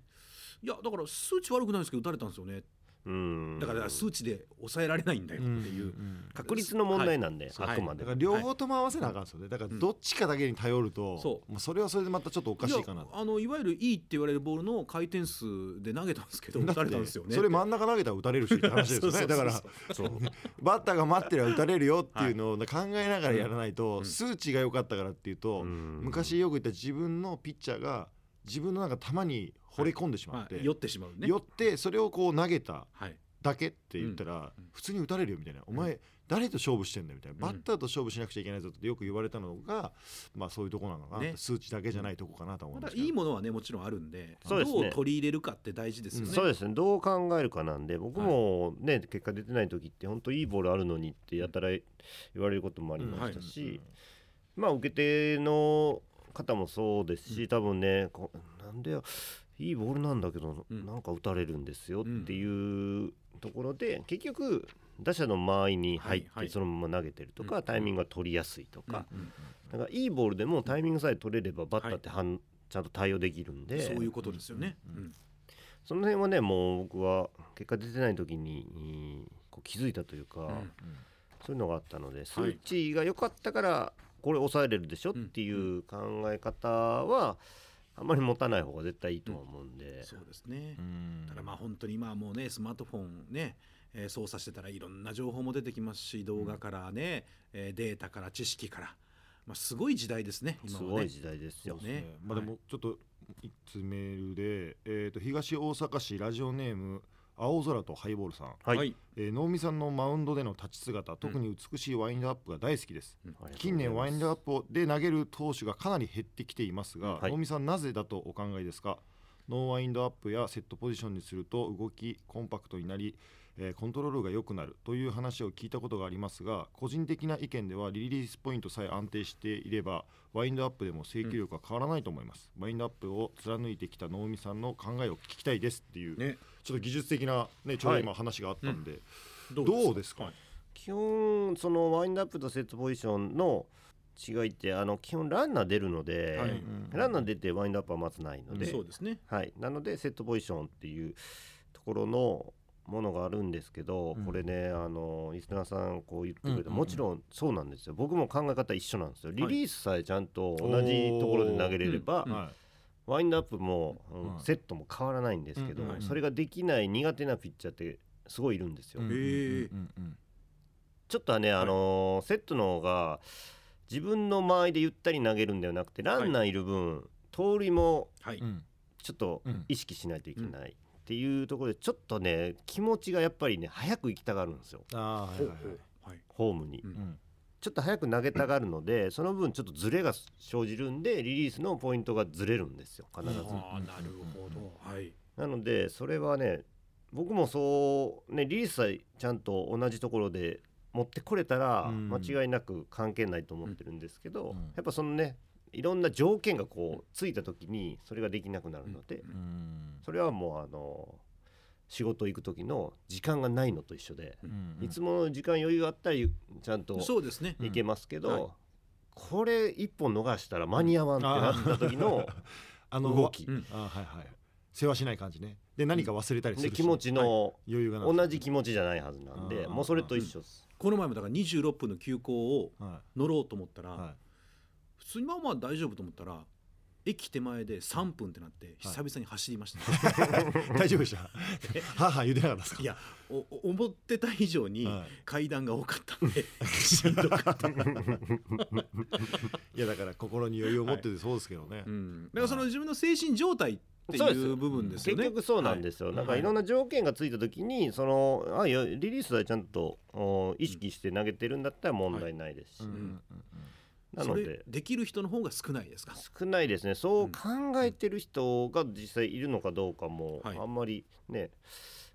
いやだから数値悪くないですけど打たれたんですよね
うん、
だから数値で抑えられないんだよっていう、
確率の問題なんで、
はい
あくまで、
だから両方とも合わせなあかんですよねだからどっちかだけに頼ると、
そ
もうそれはそれでまたちょっとおかしいかな
やあのいわゆるいいって言われるボールの回転数で投げたんですけど打たれたんですよね
それ真ん中投げたら打たれるしって話です
そう
よ
そ
ね
うそう
だ
そう
からバッターが待ってりゃ打たれるよっていうのを考えながらやらないと、
うん
数値が良かったからっていうと、
うん
昔よく言った自分のピッチャーが自分のなんか球に惚れ込んでしま
ま
っ
あ、
て、
酔ってしまうね
よってそれをこう投げた
はい
だけって言ったら
うん
普通に打たれるよみたいな、お前誰と勝負してんだよみたいなバッターと勝負しなくちゃいけないぞってよく言われたのが、まあ、そういうとこなのかな、
ね
数値だけじゃないとこかなと思
ま
うん
だ
ですけど
いいものはねもちろんあるんで
そうですね
どう取り入れるかって大事ですよね。
そうですねどう考えるかなんで僕もね、結果出てない時って本当いいボールあるのにってやたら言われることもありましたし、まあ受け手の方もそうですし、多分ねこうなんでよいいボールなんだけど、
うん
なんか打たれるんですよっ
うん
ていうところで、結局打者の間合いに入っ
はいはい
てそのまま投げてるとか、
うん
タイミングが取りやすいとか、
うん
だからいいボールでもタイミングさえ取れればバッターってはん、ちゃんと対応できるんで
そういうことですよね。うん
その辺はねもう僕は結果出てない時にうんこう気づいたというか、
うん
そういうのがあったので数値が良かったからこれ抑えれるでしょっていう考え方はあんまり持たない方が絶対いいとは思うんで、
そうですね。
うん
ただまあ本当に今もうねスマートフォンね、えー操作してたらいろんな情報も出てきますし動画からね、えーデータから知識から、まあ、すごい時代ですね今
す
は
ご
ね
い。時代です
そ
よ
うで。すね
ね
まあ、でもちょっと一つメールで、えー、と東大阪市ラジオネーム青空とハイボールさん、
はい
はい
えー、能見さんのマウンドでの立ち姿特に美しいワインドアップが大好きです、
ありがとうございます
近年ワインドアップで投げる投手がかなり減ってきていますが、
はい
能見さんなぜだとお考えですかノーワインドアップやセットポジションにすると動きコンパクトになり、えーコントロールが良くなるという話を聞いたことがありますが個人的な意見ではリリースポイントさえ安定していればワインドアップでも制球力は変わらないと思います、ワインドアップを貫いてきた能見さんの考えを聞きたいですっていう、
ね
ちょっと技術的な、ね、ちょうど今話があったんで、
ど
どうですか、
基本そのワインドアップとセットポジションの違いってあの基本ランナー出るので、
はい
ランナー出てワインドアップはまずないの
うん
で、
そうですね。
はい、なのでセットポジションっていうところのものがあるんですけど、
うん
これねあのリスナーさんこう言ってくれて、
うんうんうん
もちろんそうなんですよ僕も考え方一緒なんですよリリースさえちゃんと
お
同
ー
じところで投げれれば、
うんうん
はい
ワインドアップも、うん
はい
セットも変わらないんですけど、
うんうんうん
それができない苦手なピッチャーってすごいいるんですよ。
んへー
うんうん
ちょっとはね、あのーセットの方が自分の間合いでゆったり投げるんではなくてランナーいる分、盗塁も
はい、
うんうん
ちょっと
うん
意識しないといけないっていうところでちょっとね気持ちがやっぱりね早く行きたがるんですよ
あーはいはいはい
はい
ホームに、
うん
うん
ちょっと早く投げたがるので、その分ちょっとズレが生じるんでリリースのポイントがずれるんですよ必ず、
ああなるほど、はい、
なのでそれはね僕もそうねリリースさえちゃんと同じところで持ってこれたら
うん
間違いなく関係ないと思ってるんですけど、
うん
やっぱそのねいろんな条件がこうついた時にそれができなくなるので、
うん
うん
それはもうあの仕事行く時の時間がないのと一緒で、いつもの時間余裕あったらちゃんと
そうですね。
行けますけど、
うんはい
これ一本逃したら間に合わんってなった時の
あの
動き、
うん
あはいはい世話しない感じねで何か忘れたりする
で
し
気持ち
はい
の
余裕がない
同じ気持ちじゃないはずなんで、
うん
もうそれと一緒です、
この前もだから26分の急行を
は
乗ろうと思ったら、
いは
普通にまあまあ大丈夫と思ったら駅手前で3分ってなって久々に走りました、
い大丈夫でしたはあはあ言うてなかったですか
いやおお思ってた以上に
は
階段が多かったんでしんどかった、
いいやだから心に余裕を持っててそうですけどね
うん、だからその自分の精神状態って
そうで
い
す
う部分ですよ
結
ね
局そうなんですよ、
はい
なんかいろんな条件がついた時にそのあいやリリースはちゃんとお意識して投げてるんだったら問題ないですし、
うんうん
な
そ
の
れ
で
できる人の方が少ないですか
少ないですねそううん考えてる人が実際いるのかどうかも
はい
あんまりね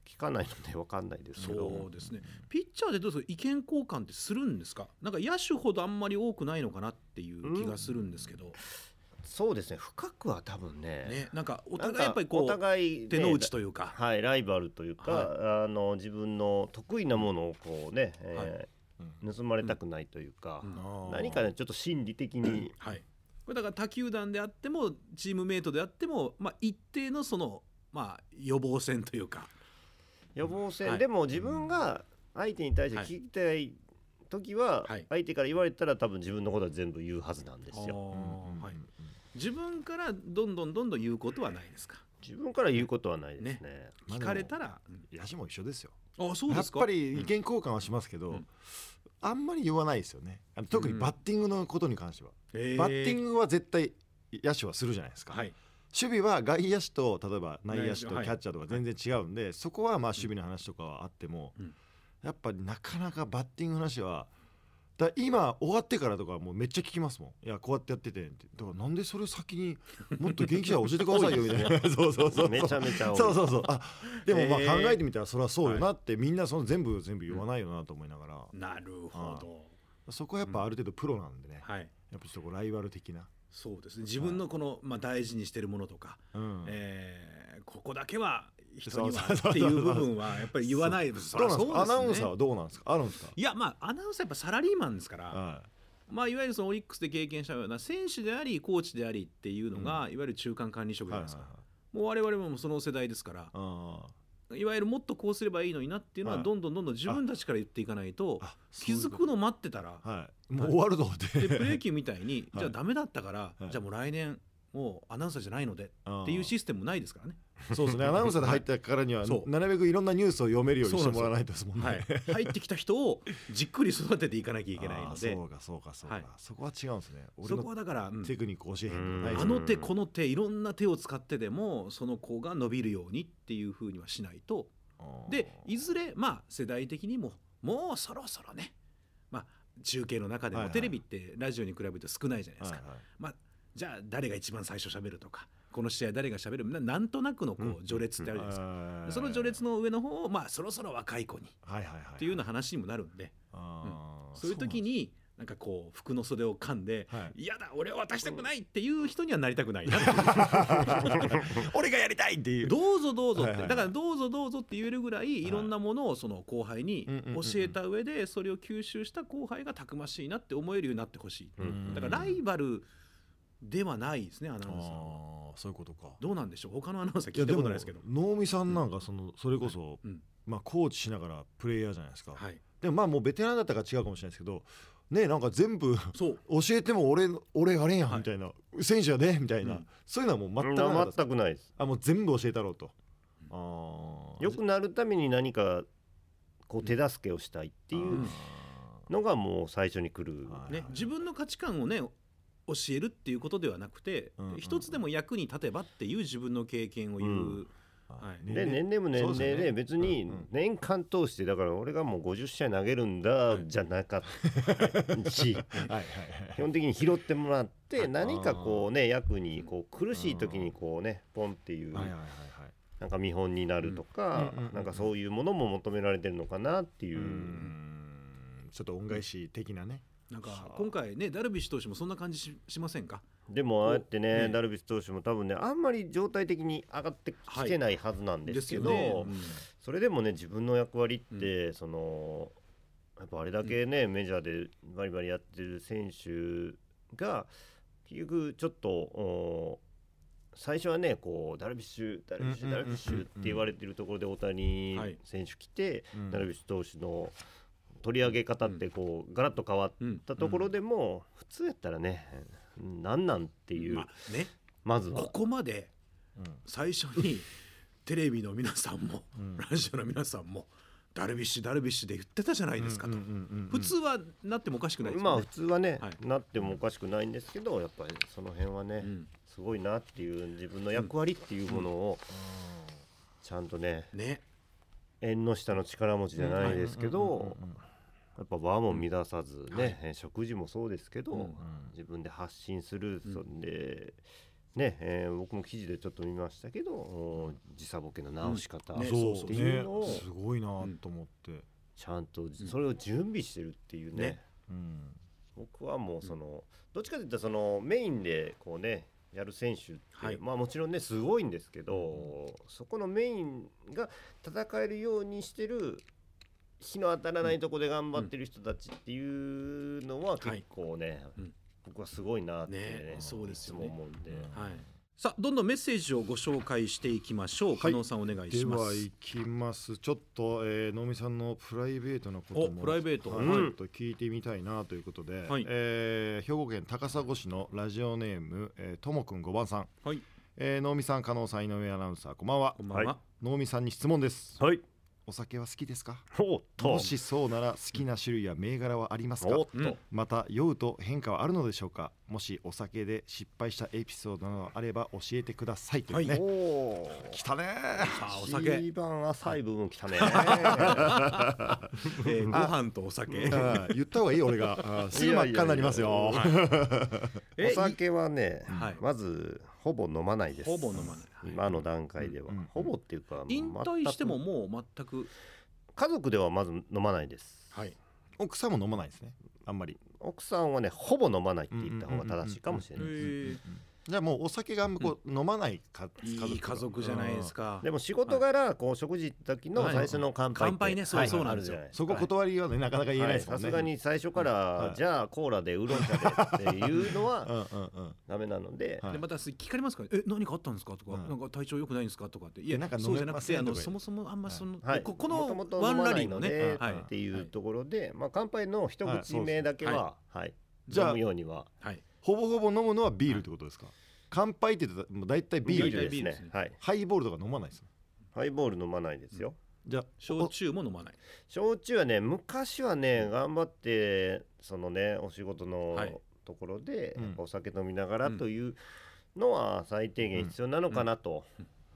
聞かないので分かんないですけど
そうですねピッチャーでどうですか意見交換ってするんですかなんか野手ほどあんまり多くないのかなっていう気がするんですけど、
そうですね深くは多分ね
ねなんかお
な
互
ん
い
か
やっぱりこ
お
う
互いね
手の内というか、
はいライバルというか、あの自分の得意なものをこうね、えー盗まれたくないというか、
うん
何かねちょっと心理的に
はい、これだから他球団であってもチームメイトであっても、まあ、一定のその、まあ、予防線というか、
予防線、
はい
でも自分が相手に対して聞きたい時は、
はい
相手から言われたら多分自分のことは全部言うはずなんですよ。
うん
はい、自分からどんどんどんどん言うことはないですか
自分から言うことはないですね。
まあ
聞かれたら、
野手も一緒ですよ
あそう
や
で
っ
すか
ぱり意見交換はしますけ
う
ど
ん
あんまり言わないですよねあの特にバッティングのことに関しては
えー
バッティングは絶対野手はするじゃないですか
はい
守備は外野手と例えば内野手と
内野手
キ
はい
ャッチャーとか全然違うんで、そこはまあ守備の話とかはあっても、
うん
やっぱりなかなかバッティングの話はだ今終わってからとかもうめっちゃ聞きますもんいやこうやってやっててってだからなんでそれを先にもっと元気者教えてくださいよみたいな そうそうそう
めちゃめちゃ多い
そうそうそうあでもまあ
へ
考
ー
えてみたらそれはそうよなって、みんなその全部全部言わないよなと思いながら、
なるほど
そこはやっぱある程度プロなんでね、
はい
やっぱちょっとこうライバル的な、
そうですね自分のこの、まあ、大事にしてるものとか、
うん
えーここだけは人に
そうそう
は
そう
っていう部分はやっぱり言わないです
どうなんですかアナウンサー
ね
はどうなんですかあるんですか
いやまあアナウンサーやっぱサラリーマンですから、
はい
まあ、いわゆるそのオリックスで経験したような選手でありコーチでありっていうのが、いわゆる中間管理職じゃないですか、もう我々もその世代ですから
はいはいはい、あ
いわゆるもっとこうすればいいのになっていうのは
はい
どんどんどんどん自分たちから言っていかないと
ーあ
気づくの待ってたら
はいもう終わるぞ って
でプロ野球みたいに
はい
じゃあダメだったから、
はい
じゃあもう来年もうアナウンサーじゃないのでっ
って
いうシステムもないですからね。
そうですねアナウンサーで入ったからには
そう
なるべくいろんなニュースを読めるようにしてもらわないとですもんね
はい、入ってきた人をじっくり育てていかなきゃいけない
あ
の
ー
で
そうかそうかそうか、
はい
そこは違うんですね俺
そこ
の
はだから、うん
テクニック教えへんとかない
あ
ですね
の手この手いろんな手を使ってでもその子が伸びるようにっていうふうにはしないとでいずれまあ世代的にももうそろそろね、まあ、中継の中で
はい
も
はい
テレビってラジオに比べて少ないじゃないで
は
す
い
か、
はい
まあ、じゃあ誰が一番最初喋るとかこの試合誰が喋るななんとなくのこう序列ってあるじゃないですか、
はい
その序列の上の方を、まあ、そろそろ若い子にっ
はいはいはい
ていうような話にもなるんで
あー
そういう時になんかこう服の袖を噛んで
そうなんです
嫌だ俺は渡したくないっていう人にはなりたくないなっていう
はい、俺がやりたいっていう
どうぞどうぞっ
はいはいは
てだ
い
からどうぞどうぞって言えるぐらいいろんなものをその後輩に
うんうんうんうん
教えた上でそれを吸収した後輩がたくましいなって思えるようになってほしい
うん
だからライバルではないですねアナウンサー
あ
は
ーそういうことか
どうなんでしょう他のアナウンサー
い
聞
や
いた
で
こ
も
とないですけど
能見さんなんかそのそれこそ、
うん
まあ、コーチしながらプレイヤーじゃないですか、
はい
でもまあもうベテランだったから違うかもしれないですけどねなんか全部
そう
教えても俺俺やれんや
は
ん
い
みたいな、選手やでみたいな、
うん
そういうのはもう全くなかったです
全くないです
あもう全部教えたろうと、
う
ああ
良くなるために何かこう手助けをしたいってい
ん
うのがもう最初に来る、
はい
ね自分の価値観をね教えるっていうことではなくて
うんうんうん
一つでも役に立てばっていう自分の経験を言う、
うん
はい
で年齢も年齢
そう
で、
ですね
別に
うんうん
年間通してだから俺がもう50試合投げるんだ
い
じゃなかったし
はいはい
基本的に拾ってもらって何かこうね役にこう苦しい時にこうねポンっていう
はいはいはいはい
なんか見本になるとか
うんうんうんうん
なんかそういうものも求められてるのかなっていううん
ちょっと恩返し的なね
なん
は
か
あ
今回ねダルビッシュ投手もそんな感じししませんか
でもああやって
ね
ねダルビッシュ投手も多分ねあんまり状態的に上がってきてないはずなんですけど、
ですよね
それでもね自分の役割って、そのやっぱあれだけね、メジャーでバリバリやってる選手が結局ちょっとお最初はねこうダルビッシュダルビッシ
う
ュ
んう
ダ
んう
ル
んうん
ビッシュって言われてるところで大谷
はい
選手来て、
うん
ダルビッシュ投手の取り上げ方ってこうガラッと変わっ
うん
たところでも、普通やったらねなんなんっていう、
ま
ま
あね
ずは
こ。こまで最初にテレビの皆さんも、
うん
ラジオの皆さんもダルビッシュダルビッシュで言ってたじゃないですかと、普通はなってもおかしくないです
ま
よ
あ
ね
普通はね、
はい
なってもおかしくないんですけどやっぱりその辺はね、
うん
すごいなっていう自分の役割っていうものをちゃんとね
ね
縁の下の力持ちじゃないですけど
うんうんうん
やっぱ場も乱さずね、えー食事もそうですけど、
うん
うん
自分で発信する、
うん
そんで。ねえー僕も記事でちょっと見ましたけどお時差ボケの直し方、
うんね
そう
そうそ
そ
うう
ね
そう
すごいなと思って、
ちゃんとそれを準備してるっていうね
ね
うん
僕はもうその、どっちかというとそのメインでこうねやる選手って、
はい
まあもちろんねすごいんですけど、そこのメインが戦えるようにしてる日の当たらないとこで頑張ってる人たちっていうのは
はい
結構ね、
うん
僕はすごいなってね
ねそうですよね
いつも思うんで、
うん
はいさあどんどんメッセージをご紹介していきましょう加納さんお願いし
で
ます、
はいきますちょっと、えー、能見さんのプライベートなこと
お
も
プライベート
はい
うん
ちょっと聞いてみたいなということで、
はい
えー兵庫県高砂市のラジオネームえーともくん5番さん、
はい
えー、能見さん加納さん井上アナウンサーこんばんは
こんばんは、
はい
能見さんに質問です
はい
お酒は好きですか
おっと
もしそうなら好きな種類や銘柄はありますか
おっと、
うん
また酔うと変化はあるのでしょうかもしお酒で失敗したエピソードなどあれば教えてくださいというね、
はい
おお
来たね
さあお酒、
一番浅い部分きたね
えー、ご飯とお 酒
あー言った方がいい俺があーすぐ真っ赤になりますよ
いや お
え
酒はね、
はい
まずほぼ飲まないです
ほぼ飲まない
今の段階では、
うんうん
ほぼっていうか
引退してももう全く
全く家族ではまず飲まないです
はい
奥さんも飲まないですねあんまり
奥さんはねほぼ飲まないって言った方が正しいかもしれ
へ
ないです
ー
じゃあもうお酒があんまこう飲まないか
いい家族じゃないですか
でも仕事柄こう食事の時の
はい
最初の乾杯って
乾杯ねそう
はい
そうなんですよ
あるじゃない
そこ断りはねなかなか言えない
は
で
い
すも
さ
んね
すがに最初から
はい
じゃあコーラでウーロン茶でっていうの
う
は
んうんうん
ダメなので
はい
でまた聞かれますから、ね、え何かあったんですかとか、
うん
なんか体調良くないんですかとかっていや
なんか飲め
そうじゃなくて
ませ
あ
んと
の
か言う
そもそもあんまその、
はい
ここ
も
の
ともと
ワ
飲
ン
ま
ラ
な
リ
い
ーの
の
ね
で
はい
っていうところでまあ乾杯の一
はい
口目だけははい
じゃあ
飲むようには
はい、
ほぼほぼ飲むのはビールってことですか乾杯って言ってたらもう大体ビー
ビ
ル
ールです
ビールです
ね
ね
はい
ハイボールとか飲まないです
ハイボール飲まないですよ
じゃあ
焼酎も飲まない
焼酎はね昔はね頑張ってそのねお仕事の
はい
ところで
うん
やっぱお酒飲みながら
うん
というのは最低限必要なのかなと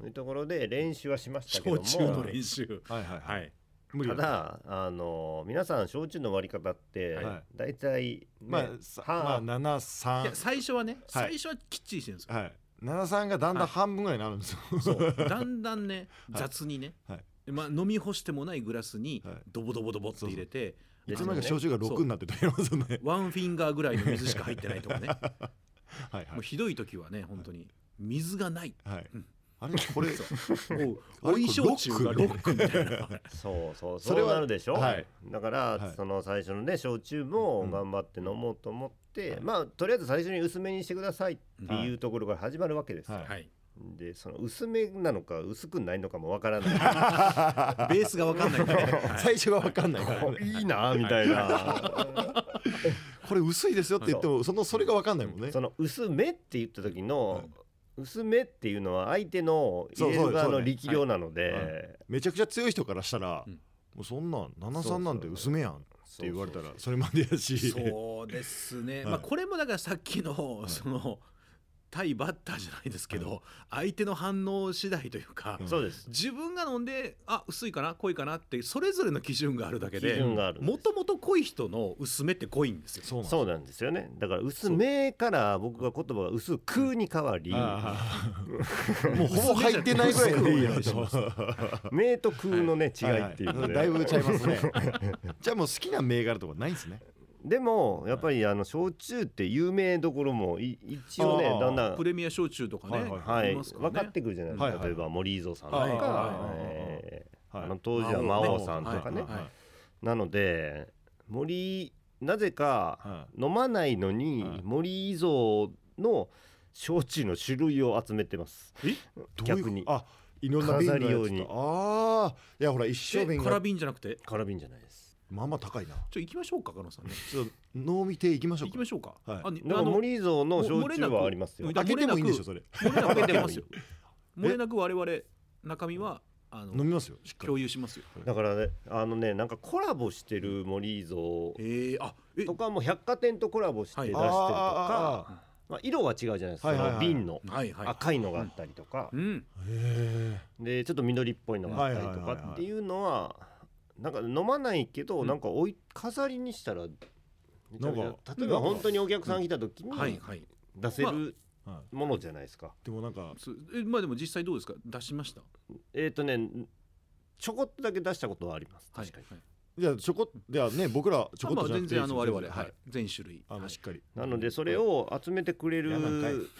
いうところで練習はしましたけども
焼酎の練習
はいはい
はいい
無理
た
は
だあの皆さん焼酎の割り方って
はい
大体、ね
まあ、さまあ
半
七
いや
三
最初はね、
はい
最初はきっちりしてるんですよ
はい七三がだんだん半分ぐらいになるんですよ、
そうだんだんね
はい
雑にね、
はい
まあ、飲み干してもないグラスに
はい
ドボドボドボって入れて、
い
で
つ
すよ
の間
ね
にか焼酎が六になってたりますよね
ワンフィンガーぐらいの水しか入ってないとか ね
はいは
もうひどい時はね本当に水がない
いはい
うん
あれこれ
も
あ
う
れ
追い焼酎がロックみたいな
そうそう
そ
そ
れ
れ
は
はなるでしょ、
はい
だから、
はい
その最初のね焼酎も頑張って飲もうと思って、まあとりあえず最初に薄めにしてくださいっていうところから始まるわけですよ、
はい
はい
でその薄めなのか薄くないのかもわからない
ベースが分かんないからね、はい
最初が分かんないから
こ
ね
ういいなみたいな
これ薄いですよって言ってもそのそれが分かんない もんね
その薄めって言った時の、
はい
薄めっていうのは相手の入れる側
そうそうそう
の
ね
力量なので、
はいめちゃくちゃ強い人からしたら、
うん
もうそんなん73なんて薄めやんって言われたら
そうそう
それまでやし
そうですね、
はい
まあこれもだからさっきの、
い
その対バッターじゃないですけど、相手の反応次第というか、
うん
そうです
自分が飲んであ薄いかな濃いかなってそれぞれの基準があるだけ
基
で
準があるんです
もともと濃い人の薄めって濃いんですよ。
そうなん
そうなんですよねだから薄めから僕が言葉が薄くに変わり
ああもうほぼ入ってないぐらいの いいよ
薄めじ
めとくのね違
はい
いっていうので
だいぶちゃいますねじゃあもう好きな銘柄とかないんですね
でもやっぱりあの焼酎って有名どころもい一応ね
あー
だんだん
プレミア焼酎とかね、
はいはい
は
あ
い
りますから
分か
ね
ってくるじゃないですか、
はいはい
例えば森伊蔵さんと
はいはい
か
はい
え
はい
ーあの当時は魔王さんとかね、
魔王はい
なので森なぜか
は
飲まないのに
はい
森伊蔵の焼酎の種類を集めてます
い
逆に
どういうあいろんな瓶のやつ
飾り用に
ああいやほら一生
え
瓶
空
が
瓶じゃなくて
カラビンじゃないです
まあまあ高いな
ちょ行きましょうか加納さんね
ちょっと飲み亭行きましょう
行き
か
ましょうか、
はい
あに
だか
あ
ら
の
森伊蔵の
も
焼
漏れ
酎
なく
はありますよ
だ
開けてもいいんでしょそれ
漏れなく
開けてもいい
ますよ漏れなく我々中身はあ
飲
の
みますよしっかり
共有しますよ
だからねあのねなんかコラボしてる森伊蔵
ええあえ
とかも百貨店とコラボして出してるとか、
はい
あー
まあ、色は違うじゃないですか、
はいはいは
その
い
瓶の
はいはい
赤いのがあったりとか、
うん
へ
でちょっと緑っぽいのがあったりと
はいはいはいは
か
い
っていうのはなんか飲まないけど、
うん
なんかおい飾りにしたらめちゃめちゃ
なんか
例えば本当にお客さん来た時
はい
に
はい
出せる
えはい
ものじゃないですか。
でもなんか
そうえまあでも実際どうですか出しました
えっ、とねちょこっとだけ出したことはあります
はい
確かに。
はい
じゃあちょこじゃあね僕らちょこっ
ま
と
あ
じゃ
全
なくてい
然
い
あ
です
の
よ
我々
全然
はい全種類
あ
は
の
い
しっかり
なのでそれを集めてくれ
いやなんか
る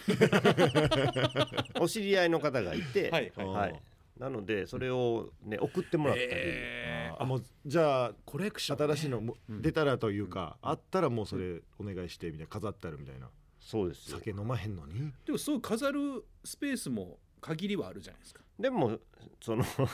お知り合いの方がいて、
はい
はい
なのでそれをね送ってもらったり、
えー
あもうじゃあ
コレクションね
新しいのも
うん
出たらというか、あったらもうそれお願いしてみたいな飾ってあるみたいな
そうですよ
酒飲まへんのに
でもそう飾るスペースも限りはあるじゃないですか
でもその
だか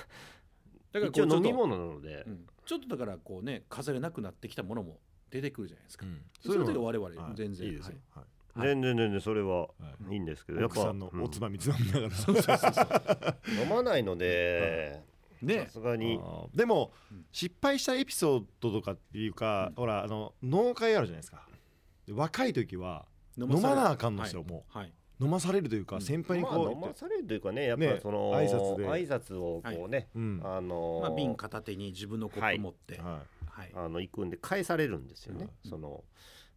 ら
一
こう
応飲み
ちょっ
物なので
と、うんちょっとだからこうね飾れなくなってきたものも出てくるじゃないですかそ
そ
う
い
れ
う
で
のは
我々
はい
全然
いいです
はい、
よはい
はい
全然全然それは
はい
うん
いいんですけど、
奥さんの
うん
おつまみつまみながら、
そうそうそうそう
飲まないので、
ね
さすがに
あー
でも
うん
失敗したエピソードとかっていうか、ほらあの農会あるじゃないですかで若い時は飲まなあかんのですよ、も
はい、
う飲まされるというか、
うん
先輩に
まあ
こう、
飲まされるというかねやっぱ
ね
その、
挨拶で
挨拶をこうね、
うん
あのー
まあ、瓶片手に自分のコップ持って、はい
は
あの行くんで返されるんですよね、
うん
その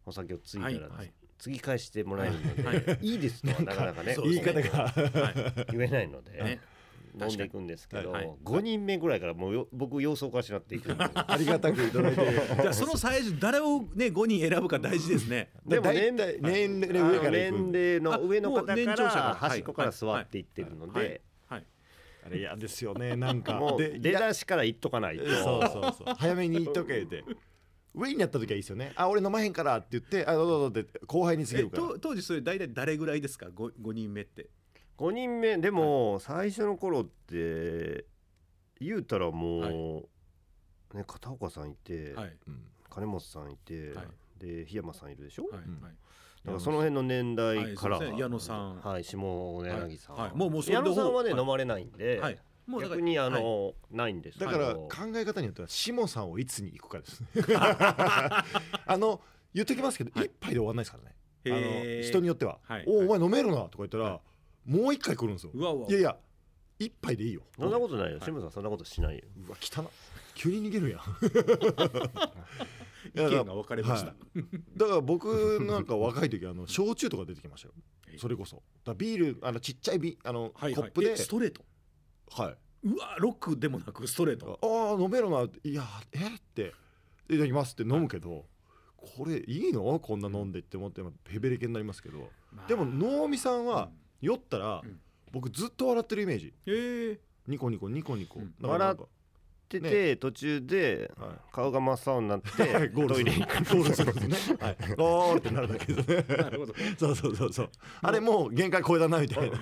お酒をついたら
は
で
い
すね、
はい
次返してもらえるので、
はい
い、いですとはなかなかね
そう
い、言
で
い
すね
方が
は
言えないので、
いね、
飲んでいくんですけど、
はいはい
5人目ぐらいからもうよ僕様子おかしなっていくんで
ありがたくいただいて
じゃあその最初誰をね5人選ぶか大事です ね
でも
大
年
体年齢
あ
上
の
からいくんで
年齢
あ
の上の方
もう年
か
長者から
ら
はい
端っこから座っていってるの
はい
で、
はい
あれ嫌ですよねなんか
も
で
う出だしから言っとかないと。
そうそうそう早めに言っとけって上になった時はいいですよねあ俺飲まへんからって言ってあどうぞどうぞって後輩に告
え
げるから
と当時それ大体誰ぐらいですか 5, 五人目って
5人目でも最初の頃って言うたらもう、
はい
ね、片岡さんいて、
はい
うん
金本さんいて、
はい
で檜山さんいるでしょ、
はい
うん
はい
だからその辺の年代から、
はいそうですね矢野さん
はい、下柳さん、
はいはいもうもうそれで
矢野さんはね、
ほぼ
飲まれないんで、
はいもうだから
逆にあ
はい
の、ないんですけ
だ
ど
から考え方によっては下さんをいつに行くか ですねあの言っときますけど
はい
一杯で終わんないですからねあ
へ
の
ー
人によっては
はい
「おお前飲めるな」とか言った
は
らもう一回来るんですよ
うわうわ
いやいや一杯でいいよ
そんなことないよ、
い
下さんそんなことしないよ
うわ汚っ急に逃げる やん
意見が分かれました、
はだから僕なんか若い時あの焼酎とか出てきましたよ
え
それこそだからビールあのちっちゃいビあの、
はいはい
コップで
えストレート
は
うわロックでもなくストレー
い
ト
ああ飲めるなっていやえっていただきますって飲むけど、これいいのこんな飲んでって思ってヘベレケになりますけどでも能見さんは酔ったら、
うん
僕ずっと笑ってるイメージ
へえ
ニコニコニコニコ、
うん
だからなんか
ってて、途中で
はい
顔が真っ青になって
ゴール
ト
す
イ
る
レ行く
ゴールするんですね、はい、 ゴールって なるだけですね
なるほど
そうそうそうそうあれもう限界超えたなみたいな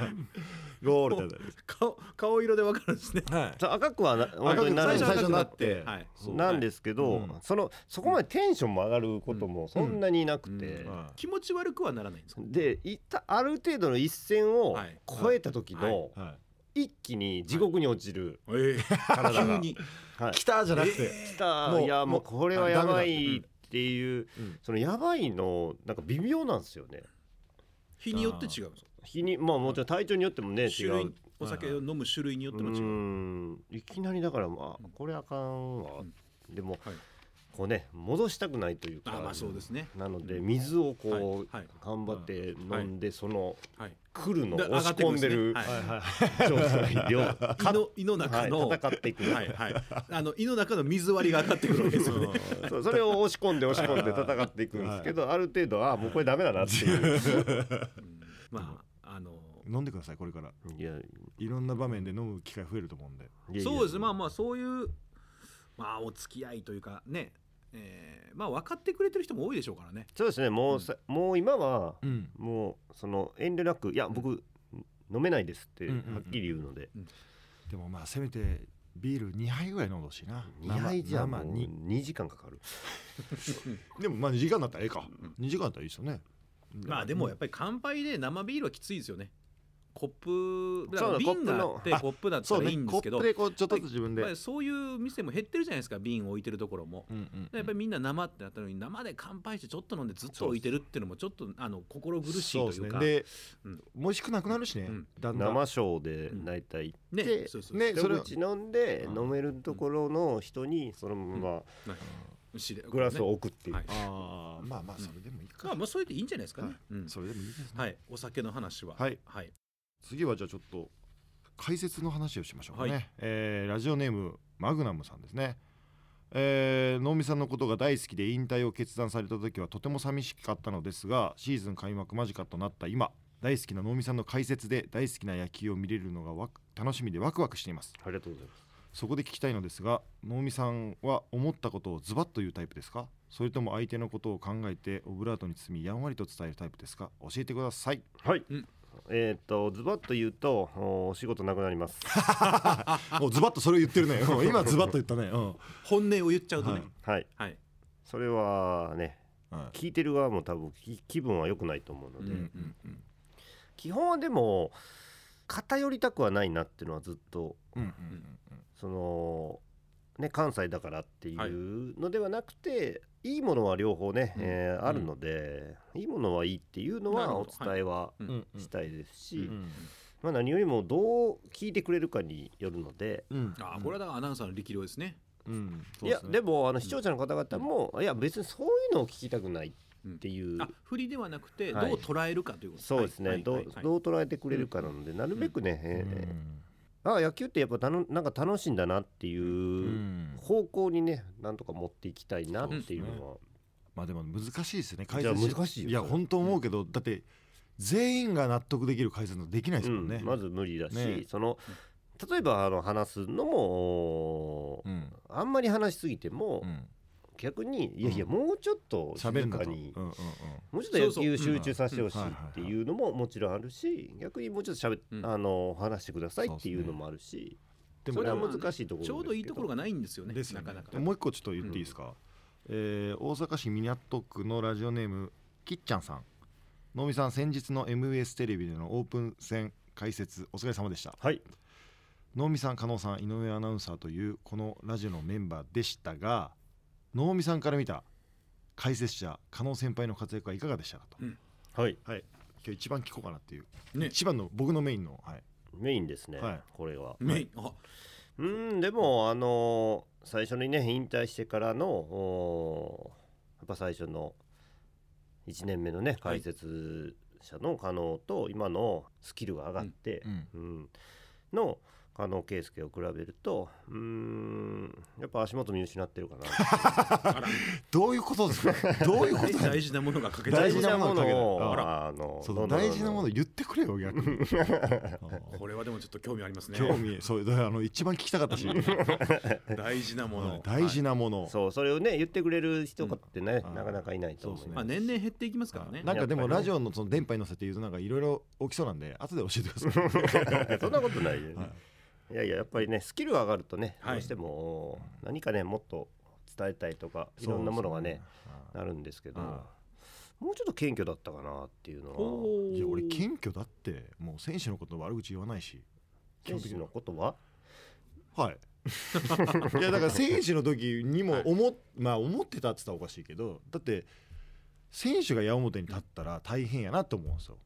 ゴールってなる
顔顔色で分かるんですね
はい
そう赤くはな本当になる
赤
ん
く
最初
です
最初
に
に
な
な
っ
ってて
はい
そう
なんですけど、
うん
そのそこまでテンションも上がることもそんなになくて、
うん
はい
気持ち悪くはならないんですか
でいったある程度の一線を
はい
超えた時の
は
一気に地獄に落ちる
ええ
体
急
が、
に
はい
い、来たじゃなくて、
来た
もう
いやも
も
う
う
これは
あ
やば
ダメ
い
だ
っていう
うん
そのやばいのなんか微妙なんですよね
日によって違うんですか
日にまあもちろん体調によってもね違
種類
う
お酒を飲む種類によっ
う
ても違う
ーんいきなりだからまあこれあかんわ
うん
でも
はい
こうね戻したくないという
あ
か
まあそうですね
なので水をこう
はいはい
頑張って飲んでその
はい
来るのを
で上
押し
がってく
込んでる
ですねはい
状態
胃
で
の胃の中の、
はい戦っていく
はいはいあの胃の中の水割りが上がってくるわけですよ ね
そうそれを押し込んで押し込んで戦っていくんですけど、ある程度あもうこれダメだなっていう
まああの
飲んでくださいこれから
いや
いろんな場面で飲む機会増えると思うんで
そうですねまあ
あ
まあそういうまあお付き合いというかねえーまあ分かってくれてる人も多いでしょうからね
そうですねもうさ、もう今は
うん
もうその遠慮なくいや僕、飲めないですって
うん
は
うんうん
っきり言うので、
でもまあせめてビール2杯ぐらい飲んでほしいな
2杯じゃも
まあ
う
に
2時間かかる
でもまあ2時間だったらええか2時間だったらいいですよね
まあでもやっぱり乾杯で生ビールはきついですよねコップだから
そうだ
瓶があって
コップのあ
コップだった
そう
ら
ね
いいんで
コ
すけ
ッ
ど
プでこうちょっとずつ自分で、
まあそういう店も減ってるじゃないですか瓶置いてるところも
うんうん
やっぱりみんな生ってなったのに生で乾杯してちょっと飲んでずっと置いてるっていうのもちょっとあの心苦しいというか
そうで
うん
美味しくなくなるしね、
うん
だんだん
生ショーで大体
ね
で
そうそう
ね
一
それは
口飲んで
うん
飲めるところの人にそのま
知れ
まグラスを置くっていう、
はい
あーまあまあそれでもいいか、
まあまあそれでいいんじゃないですかね
はい
うん
それでもいいですね、
はいお酒の話は
はい
はい
次はじゃあちょっと解説の話をしましょうかね、
はい
えーラジオネームマグナムさんですねえー能見さんのことが大好きで引退を決断された時はとても寂しかったのですがシーズン開幕間近となった今大好きな能見さんの解説で大好きな野球を見れるのがわく楽しみでワクワクしています
ありがとうございま
そこで聞きたいのですが能見さんは思ったことをズバッと言うタイプですかそれとも相手のことを考えてオブラートに包みやんわりと伝えるタイプですか教えてください
すはい、
うん
えーっとズバッと言うとおお仕事なくなります
もうズバッとそれを言ってるねうん今ズバッと言ったね、うん
本音を言っちゃうとね
はい
はい
はい
それはね
はい
聞いてる側も多分き気分は良くないと思うので、
うん
うんうん
基本はでも偏りたくはないなっていうのはずっと
うんうんうんうん
そのね関西だからってい
はいう
のではなくて、い、いものは両方ね、
うん
えーあるので、いいものはいいっていうの
なる
は
ほ
お
ど
伝えは
うん
うんうん
したいですし、
うん
まあ、何よりもどう聞いてくれるかによるので。
うん
あーこれはだからアナウンサーの力量ですね。
うん
いやで
も
もあの視聴者の方々も、いや別にそういうのを聞きたくないっていう、
あ振りではなくてどう
はい
捉えるかということ
そうですね、
はい
どう
はいはい
どう捉えてくれるかなので、なるべくね、えーあ野球ってやっぱたのなんか楽しいんだなっていう方向にねなんとか持っていきたいなっていうのは
まあでも難しいですね
じゃあ難しいよ
いや本当思うけどだって全員が納得できる解説できないですもんね
うんまず無理だし、
ね
その例えばあの話すのも、
うん
あんまり話しすぎても、
うん
逆にいやいやもうちょっと静
喋るんだ
か
と
に、
うんうんうん
もうちょっと野球
そうそう
集中させてほしい
うん
っていうのももちろんあるし逆にもうちょっとしゃべ、
うん
あの話してくださいっていうのもあるし
で
そ
も
れは
も
難しいところですけど
ちょうどいいところがないんですよね。
です
な
よね
かなか。
でもう一個ちょっと言っていいですか、えー大阪市港区のラジオネームきっちゃんさん能見さん先日の MBS テレビでのオープン戦解説お疲れ様でした
はい
能見さん加納さん井上アナウンサーというこのラジオのメンバーでしたが能見さんから見た解説者加納先輩の活躍はいかがでしたかと、
うん
はい
今日一番聞こうかなっていう、
ね
一番の僕のメインの、はい、
メインですね、
はい
これは。
メインあ
うんでもあのー最初にね引退してからのおーやっぱ最初の1年目のね
はい
解説者の加納と今のスキルが上がって、うんの加納圭介を比べるとうんやっぱ足元見失ってるかな
あら
どういうことですかどういうこと
大事なものが欠けちゃい
大
ま
事
す
なものを
あ
あの
そ
ど
うん
どんどんどん
大事なもの言ってくれよ 逆に
これはでもちょっと興味ありますね。
興味そうだからあの一番聞きた かったし
大事なもの。
大事
な。
なもの、
そうそれをね言ってくれる人ってね、
うん
なかなかいないと思い
そう
ま
ま
あ
す。
年々減っていきますからね。
なんかで
や
も
っぱりね
ラジオのその電波に乗せて言うとなんかいろいろ起きそうなんで後で教えてくださ い
そんなことないよね、、
はい
やいややっぱりねスキルが上がるとね、
はい
どうしても何かねもっと伝えたいとかいろんなものがねなるんですけど、
うん
もうちょっと謙虚だったかなっていうのは
お
そ
ー
うですねいや俺謙虚だってもう選手のこと悪口言わないし基
選
本的
手
に
のことは
はいいやだから選手の時にも思,、まあ、思ってたって言ったらおかしいけどだって選手が矢面に立ったら大変やなと思うんですよ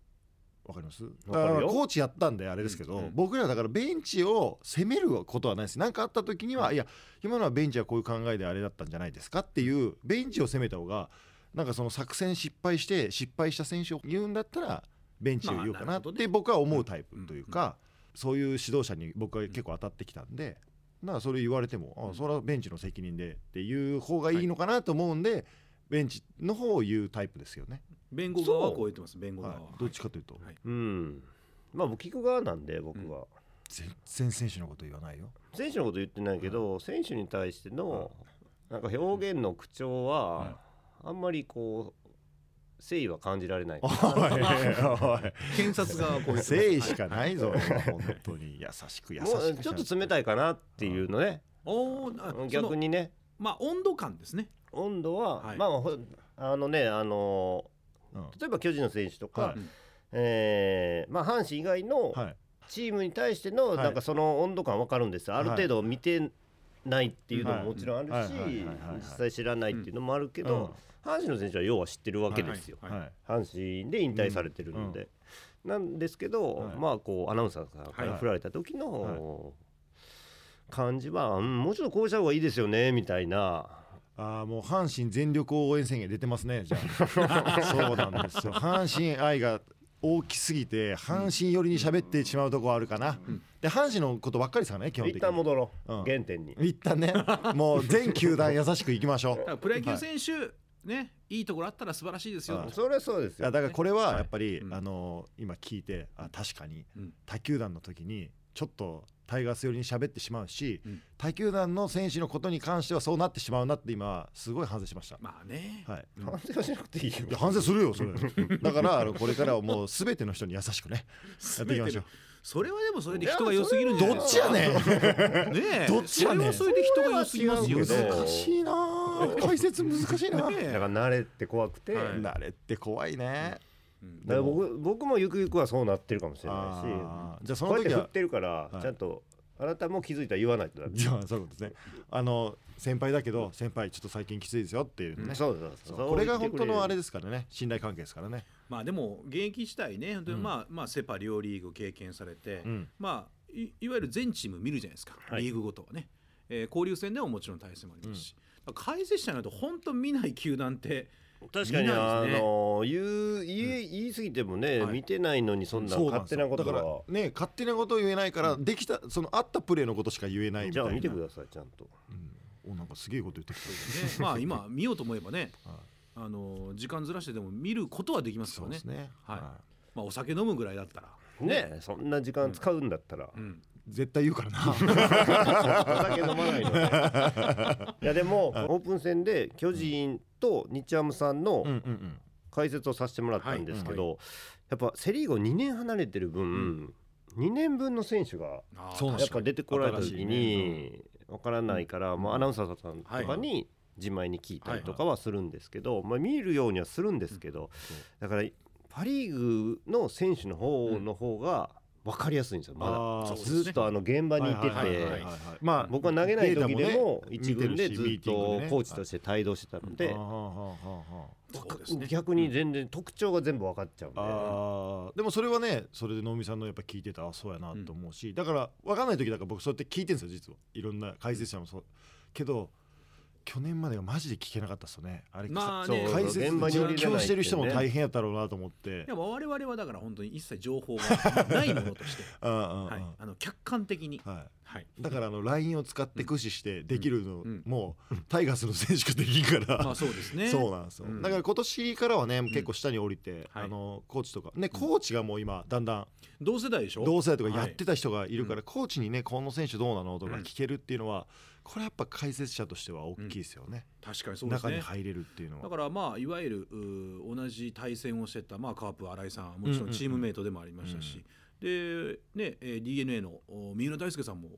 わかりますだ
わ
か
かるよ
らコーチやったんであれですけど、
うんうん
僕らだからベンチを攻めることはないです何かあった時には、いや今のはベンチはこういう考えであれだったんじゃないですかっていうベンチを攻めた方がなんかその作戦失敗して失敗した選手を言うんだったらベンチを言おうか
まあな
な
るほ
っ
どね
て僕は思うタイプというかそういう指導者に僕は結構当たってきたんでだからそれ言われても
うん
あそれはベンチの責任でっていう方がいいのかなと思うんでベンチの方を言うタイプですよね、
弁護側はこう言ってます。弁護
は
側
い
は。
どっちかというと
はい
うんまあ僕聞く側なんで僕は、
全然選手のこと言わないよ
選手のこと言ってないけど、選手に対してのなんか表現の口調は、あんまりこう誠意は感じら れない
おいおい
検察側はこう言って
誠
ます。
意しかないぞ本当に優しく優し
もう
く
ちょっと冷たいかなっていうのね、
おーあその
逆にね
まあ温度感ですね。
温度は、
はい
まあほあのねあの
うん
例えば巨人の選手とか、
はい
えーまあ、阪神以外の
はい
チームに対しての、
はい
なんかその温度感分かるんですよ、ある程度見てないっていうのも
はい
もちろんあるし
はいはいはいはいはい
実際知らないっていうのもあるけど、阪神の選手は要は知ってるわけですよ、
はい
はい
阪神で引退されてるので、なんですけど、
はい
まあこうアナウンサーさんから
はい
振られた時の、
はい
感じは、うんもうちょっとこうした方がいいですよねみたいな
ああもう阪神全力応援宣言出てますねじゃ あそうなんですよ阪神愛が大きすぎて阪神寄りに喋ってしまうとこあるかな、
うん
で阪神のことばっかりですからね基本
一
的
旦
に
戻ろう、
うん
原点に。
一旦ねもう全球団優しくいき ましょう
だからプロ野球選手、ねいいところあったら素晴らしいですよ、
はい
それはそうです
いや
よ
だからこれはやっぱり、
うん
あのー今聞いてあ確かに
うん
他球団の時にちょっとタイガース寄りに喋ってしまうし、
うん
他球団の選手のことに関してはそうなってしまうなって今すごい反省しました、
まあね、
はいうん
反省はしなくていいよ
いや反省するよそれだからあのこれからはもう全ての人に優しくねやっていきましょう
それはでもそれで人が良すぎるんじゃない
ど
で
っ
す
ちや
か
ね
や
ん
ねねえ
どっちやねん
それはそれで人が良すぎますよ
それは違うけど
難しいなあ解説難しいなあ
ねえ
だから慣れって怖くて、
はい
慣れって怖いね
うん
だから僕僕もゆくゆくはそうなってるかもしれないし
あーじゃあそ
こ
の
うやって
時
振っ
は
てるから、
はい
ちゃんとあなたも気づいたら言わないとダメ、
じゃあそういうことですねあの先輩だけど先輩ちょっと最近きついですよっていうね、
そうそうそ
そ
うう
これが本当のあれ
で
ですからね信頼関係ですからね、
まあでも現役自体ね本当に
うん
まあまあセ・パ両リーグを経験されて、
うん
まあいいわゆる全チーム見るじゃないですか、
はい
リーグごとはね、えー交流戦でももちろん対戦もありますし、だから解説者になると本当見ない球団って
確かに、
見ない
あ
ですね
の言う言い言い過ぎてもね、
はい
見てないのにそんな
そうなん
勝
です
手
よ
なこと
だから
は
ね勝手なことを言えないから、できたそのあったプレーのことしか言えないみ
じ
たい
ゃ
な
あ見てくださいちゃんと
うんおなんかすげえこと言ってき
ね
た
まあ今見ようと思えばね
はい、
あの時間ずらしてでも見ることはできますか
そ
ら
うで
ね
すね
はいまあお酒飲むぐらいだったら、
ねえそんな時間使うんだったら、
うん
絶対言うから な
お酒飲まないので いやでも、オープン戦で巨人と日ハムさんの
うんうんうん
解説をさせてもらったんですけど、やっぱセ・リーグを2年離れてる分、2年分の選手が
あー
そうな
や
ん
っ
ですよ
ぱ出てこられた
新し
時
いね
にわからないから、まあ、アナウンサーさんとかに自前に聞いたりとかはするんですけど、まあ、見るようにはするんですけど、だからパ・リーグの選手の方の方が分かりやすいんですよまだ。
あー
そうですね
ずっとあの現場にいて
はいはいはいはい
て
はいまあ
僕は投げない時でも
データね
一軍でずっとコーチと
し
して帯同してたの
て
で
あーはーはーは
そうですね
逆に全然特徴が全部分かっちゃうん
ー
で
あーでもそれはねそれで能見さんのやっぱ聞いてたあそうやなと思うし、だから分かんない時だから僕そうやって聞いてるんですよ実はいろんな解説者もそうけど去年まではマジで聞けなかったですよねあれ、
まあ
さ
ね
解説
現場に降りれない
実況してる人も大変やったろうなと思って
いやまあ我々はだから本当に一切情報がないものとして、
うん うんうん
はい、あの客観的に、
はい
はい、
だからあの LINE を使って駆使してできるの、
うん
もうタイガースの選手ができるから、
まあそうですね
そうなんですよ、
うん
だから今年からはね結構下に降りて、
はい
あのコーチとかねコーチがもう今だんだん
同世代でしょ
同世代とかやってた人がいるから、
は
コーチにねこの選手どうなのとか
うん
聞けるっていうのはこれやっぱ解説者としては大きいですよね,、
確かにそうです
中
ね
に入れるっていうの
だ
は。
からまあいわゆるうー同じ対戦をしてた、まあ、カープ新井さんはもちろんチームメイトでもありましたし、で、ねえー、d n a のお三浦大輔さんも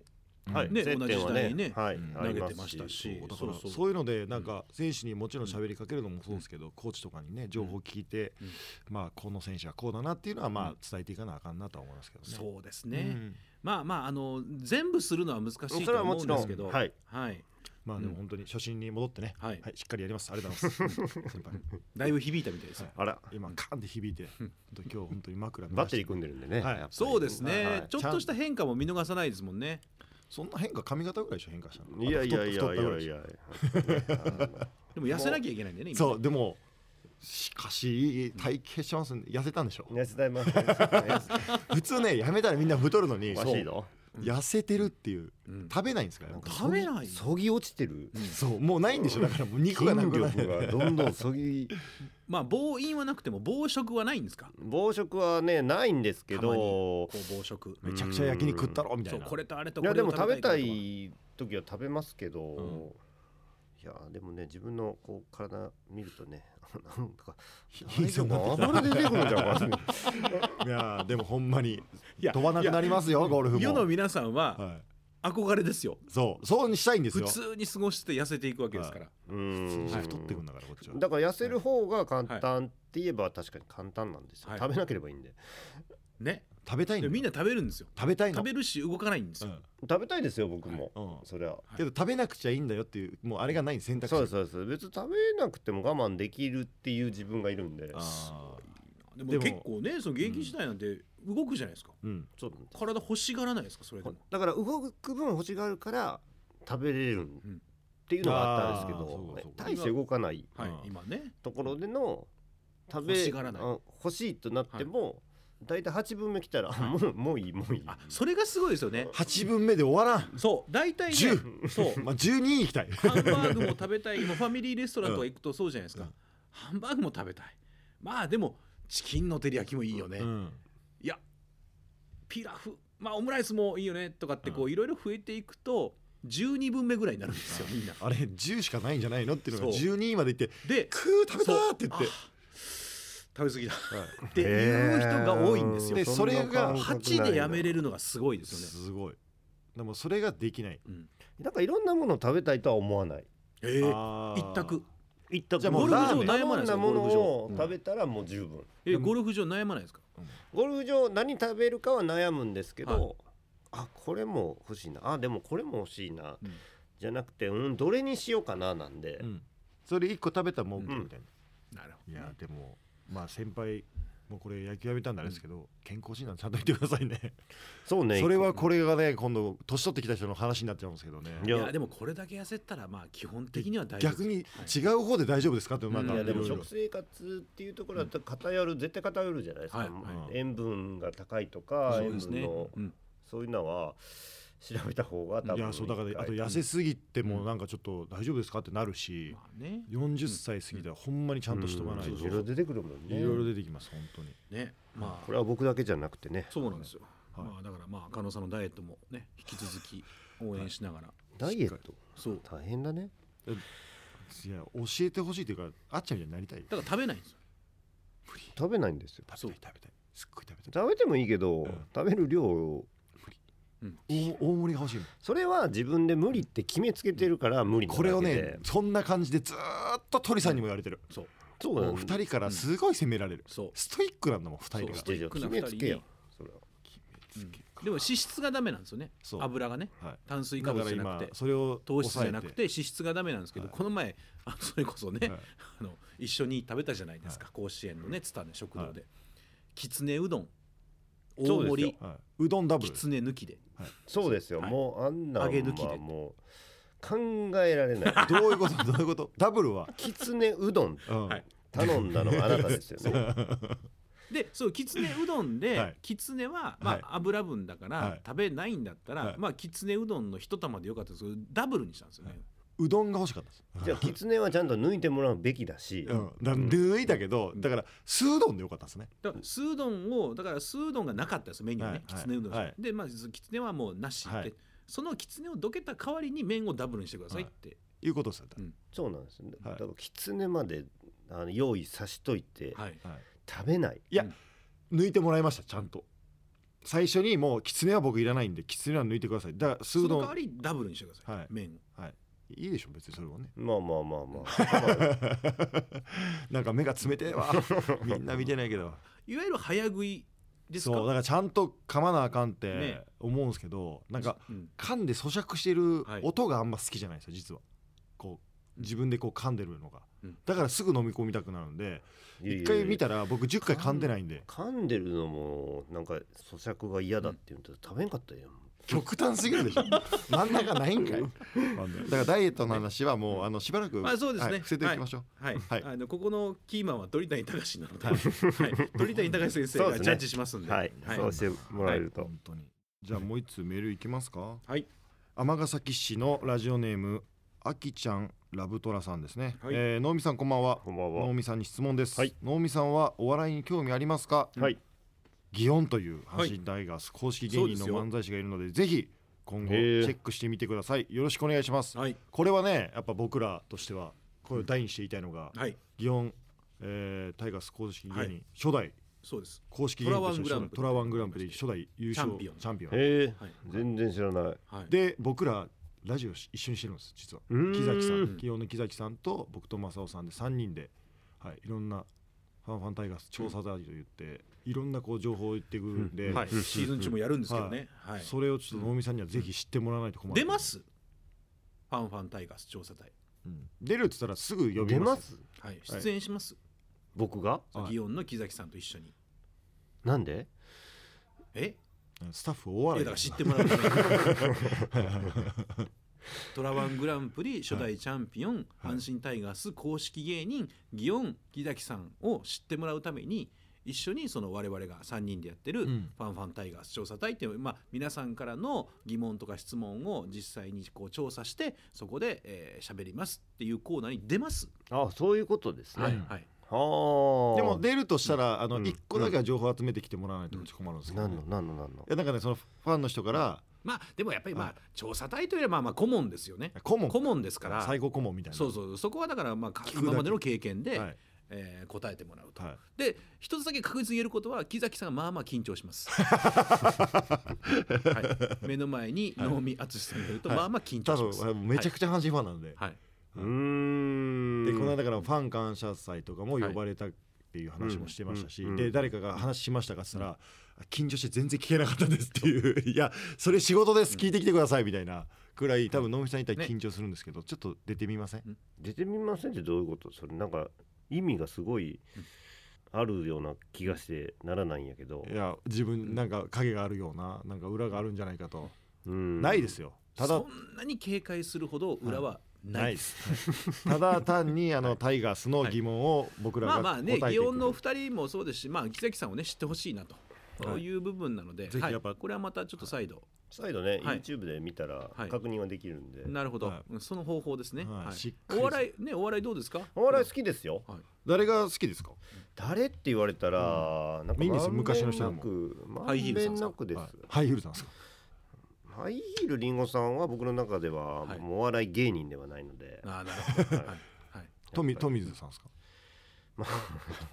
はい
ね
接点は
同じ時代にね
はい
うん
あり
投
ま
げてますしたし
だか
そう
ら
そう
そういうのでなんか選手にもちろん喋りかけるのもそうですけど、コーチとかにね情報聞いて、
うん
まあこの選手はこうだなっていうのはま
う
あ伝えていかなあかんなとは思いますけどね。
そうです
う
ね、
ん
まあまああの全部するのは難しい
それ
と
は
思
も
う
ち
ん
ろん
ですけど
はい
はい
まあでも本当に初心に戻ってね、
はい
はい、しっかりやります。ありがとうござ います。先輩
だいぶ響いたみたいですよ、
は
あら
今カーンって響いて、本当今日本当に枕
バッテリー組ん
で。
でるんでね、
は
や
い
っぱり
そうですね、
はい
ちょっとした変化も見逃さないですもんね
そんな変化髪型ぐらいでしょ変化したの。
いやいやいや
太っ
い
たぐ
や
らで
い
しょ
やあの
でも痩せなきゃいけないんだよね今
そうでもしかしいい体型してますね。痩せたんでしょ。
痩せたい ますね痩
普通ねやめたらみんな太るのに
せおかしいの
痩せてるっていう
うん
食べないんですから。
なんか
食べない
そぎ落ちてる
そうもうないんでしょだからもう肉
筋
がなく
力
なる。
がどんどんそぎ
まあ暴飲はなくても暴食はないんですか
暴食はねないんですけ
たまに
ど
こう暴食
めちゃくちゃ焼肉食ったろみた
そ
いうな。
これとあれと
い
これ
や
を
でも食べた
からとか
い時は食べますけど、
うん
いやでもね自分のこう体見るとね なんか
いいぞ
油出てくるんじゃんか
いやでもほんまに
いや
飛ばなくなりますよゴルフも。
世の皆さんは
はい。
憧れですよ
そうそうにしたいんです
普
よ。
通に過ごして痩せていくわけですから、
う
うん
ん
太ってくんだからこっちは。
だから痩せる方が簡単って言えば確かに簡単なんですよ、
はい
食べなければいいんで
ね
食べたい
で
の
みんな食べるんですよ
食べたいの
食べるし動かないんです
う
よ、
ん
食べたいですよ僕も、
うん
それは
けど食べなくちゃいいんだよっていうもうあれがない選択肢
そうですそうです別に食べなくても我慢できるっていう自分がいるんで
あ
でも
でも
結構ねその現役時代なんて動くじゃないですか、
ーうん
そうなんです
体欲しがらないですかそれでも
だから動く分欲しがるから食べれる
ん
っていうのがあったんですけ
あーそう
ど、
かそうか
大して動かない
はい、
うん
今ね
ところでの食べ
欲しがらない
あ欲しいとなっても、大体8分目来たら、もうもういいもういい
あそれがすごいですよね
8分目で終わらん
そう大体ね
10
そう
まあ12位いきたい
ハンバーグも食べたい今ファミリーレストランとか行くとそうじゃないですか、
うん
ハンバーグも食べたいまあでもチキンの照り焼きもいいよね、
うん
いやピラフまあオムライスもいいよねとかってこういろいろ増えていくと12分目ぐらいになるんですよみんな
あれ10しかないんじゃないのっていうのが
そう
12位までいって
で
くー食べたーって言っ
そう食べ過ぎだ
て
っていう人が多いんですよ
でそれが
8でやめれ
る
るのがすごいですよね
すごいでもそれができない
だからいろんなものを食べたいとは思わない
ええ
あー
一択
いった
じゃあ
もう
ゴルフ
場
ラーメン
悩まないですか
頼んだもの
ゴ
を
ルフ場
食べたらもう十分、
えゴルフ場悩まないですか
ゴルフ場何食べるかは悩むんですけ
はい
ど、あこれも欲しいなあでもこれも欲しいな、
うん
じゃなくてうんどれにしようかななんで、
うんそれ一個食べたらもう OK
うん
みたいな、
なるほ
いやでもまあ先輩もうこれ野球やめたんであれですけど、健康診断ちゃんと言ってくださいね
そうね
それはこれがね今度年取ってきた人の話になっちゃうんですけどね
い
い
や
やでもこれだけ痩せたらまあ基本的には大丈夫
逆に違う方で大丈夫ですかってなん
う
か
ん
いやでも
いろいろ
食生活っていうところだと偏る絶対偏るじゃないですか、
はい
はい
塩分が高いとか
そう
塩
です
分
ね
の
うん
そういうのは調べた方が多分
いやそうだからあと痩
い
せすぎて
う
も
ん
なんかちょっと大丈夫ですかってなるし、
まあね
40歳過ぎたらほんまにちゃんとしとかないと、
うんそういろいろ出てくるもんね
いろいろ出てきます本当に
ねまあ
これは僕だけじゃなくてね
そうなんですよ
はい
まあだからまあ加納さんのダイエットもね引き続き応援しながら
ダイエット
そう
大変だね
いや教えてほしいというかあっちゃんみたいになりたい
だから食べないんですよ
食べないんですよ
そ
食
う
べたい食べたいすっごい食べたい
食べてもいいけど、
うん
食べる量を
大大盛りが欲しいもん
それは自分で無理って決めつけてるから無理なだ
こ
け
れ
で
をねそんな感じでずーっと鳥さんにも言われてる、
そう
そう
も
な
うん2人からすごい責められる、
そう
ストイックなんだもん2人が
そう
いやいや決めつけよそれは
うんでも脂質がダメなんですよね
そう
油がね
はい
炭水化
だか
物
ら
じゃな
今
くて
それを
糖質じゃ
抑え
なくて脂質がダメなんですけど
はい
この前あそれこそね
はい
あの一緒に食べたじゃないですか甲子園のねツタの食堂できつねうどん
そ
大
うですよ
盛り
はいうどんダブ
き
ル
つね抜きで
そうですよ、
はい
もうあんな
揚げ抜きで
まあもう考えられない
どういうことどういうことダブ ルは、
きつねうどん
うん
はい
頼んだのはあなた ですよね
でそうきつねうどん
は
で
い
きつねはま
はい
あ油分だか
は
ら
い
食べないんだった
はい
らまあきつねうどんの一玉でよかったですけどダブルにしたんですよね
うどんが欲しかったです
じゃあ狐はちゃんと抜いてもらうべきだし、
うん、だ抜いたけど、だから酢うどんでよかったですね。
だから酢うどんをだから酢うどんがなかったですメニューね、
はい
きつねうどんしか、
はい
でまあきつねはもうなしで、
はい
そのきつねをどけた代わりに麺をダブルにしてくださいって、
いうことですよ。
うん
そうなんです、ね
はい
だから狐まであの用意さしといて
はい
食べない、
いや抜いてもらいましたちゃんと。最初にもうきつねは僕いらないんできつねは抜いてください。だから酢
そうの
ど
代わ
ん
りダブルにしてください、
はい
麺を
いいでしょ別にそれはね。
まあまあまあまあ
なんか目が冷て えわみんな見てないけど。
いわゆる早食いですか
そうだからちゃんと噛まなあかんっ
ね
て思うんですけど、なんか
うん
噛んで咀嚼してる
はい
音があんま好きじゃないんですよ実は。こう自分でこう噛んでるのが
うん。
だからすぐ飲み込みたくなるんで
いやいやい
一
や
回見たら僕10回噛んでないんで
噛んでるのもなんか咀嚼が嫌だって言うんだったら食べんかったよ、
極端すぎる でしょ真ん中ないんかいだからダイエットの話はもうあのしばらく、
まあそうですね
はい伏せておきましょう、
はい、
はい
あのここのキーマンは鳥谷隆なので、はい、鳥谷隆先生
そう
が
ですね
ジャッジしますんで
はい、
はい
そうしてもらえると、
本当にじゃあもう一通メールいきますか
はい
尼崎市のラジオネームあきちゃんラブトラさんですね、
はい
えー能見さんこんばんは
こんばん
能
は
見さんに質問です、
はい
能見さんはお笑いに興味ありますか
はい
祇園という
は
阪
い
神タイガース公式
そ
芸人
うですよ
の漫才師がいるので、ぜひ今後チ
へ
ェ
ー
ックしてみてくださいよろしくお願いします
はい
これはねやっぱ僕らとしてはこれを大にして言いたいのが、
はい
祇園、えータイガース公式芸人、
はい
初代
そうです
公式芸人として
トラワングランプリ
トラワングランプリ初代優勝
チャンピオン
えー
はい
全然知らない
はい
で僕らラジオ一緒にしてるんです実は
うーん
木崎さん
うん
祇園の木崎さんと僕と正雄さんで3人で、はい、いろんなファンファンタイガース調査隊と言って、いろんなこう情報を言ってくるんで、
はい、シーズン中もやるんですけどね、はい
それをちょっと能見さんにはぜひ知ってもらわないと困る
出ますファンファンタイガース調査隊
うん出るって言ったらすぐ呼び
出
ま
ますす
はい出演します、
僕が
はい
祇園の木崎さんと一緒に
なんで
え
うんスタッフ大
いやだ
笑い
から
です
知ってもらうた めにトラワングランプリ初代チャンピオン、
はい
阪神タイガース公式芸人祇園木崎さんを知ってもらうために一緒にその我々が3人でやってる
う
フ
ん
ァンファンタイガース調査隊っていう、まあ、皆さんからの疑問とか質問を実際にこう調査してそこで喋、えー、喋りますっていうコーナーに出ます。
あそういうことですね、
はい
はい
はあ
でも出るとしたらあの
うん
1個だけは情報集めてきてもらわないと困るんですけど、
何の何の何の
いやなんかねそのファンの人から
まあでもやっぱりま
は
あ調査隊といえばまあまあ顧問ですよね。
顧問
顧問ですから。
最高顧問みたいな
そうそうそこはだからまあ
聞くだけ
今までの経験で、
はい
えー答えてもらうと。
はい
で一つだけ確実に言えることは木崎さんがまあまあ緊張し ます。はい、目の前に能見淳さんがいると
はい
まあまあ緊
多
張します。
分めちゃくちゃ阪神ファンなんで、
はい。
うーん
でこの間からファン感謝祭とかも呼ばれたっていう話もしてましたし、
うんうん
で誰かが話しましたかって言ったら、緊張して全然聞けなかったですっていう いやそれ仕事です聞いてきてくださいみたいなくらい多分能見さんいたら緊張するんですけど、ちょっと出てみません
出てみませんってどういうことそれなんか意味がすごいあるような気がしてならないんやけど
い、や自分なんか影があるようななんか裏があるんじゃないかと、
うん
ないですよただ
そんなに警戒するほど裏はないです、
す ただ単にあのタイガースの疑問を僕ら
ま
が
あまあ
答えて
ね
いく、
祇園のお二人もそうですし、まあ、木崎さんをね知ってほしいなと。
はい
いう部分なので、
ぜひ
はい
やっぱ
これはまたちょっと再度、
再度ね、
はい
YouTube で見たら
はい
確認はできるんで、
なるほど、
は
うんその方法ですね。
はい
はい
しっかり
お笑いねお笑いどうですか？
お笑い好きですよ、
誰が好きですか
誰って言われたら、なんか
いいんですよ
まんべん
昔の人でも
なくま
ハイヒー
ん
ル
べ
さん
ん
ですか
なくです、
はいハイヒールさんですか
ハイヒールりんごさんは僕の中では
はい
もうお笑い芸人ではないので、
ああなるほど。はいはい
富
やっぱり
富水さんですか
まあ、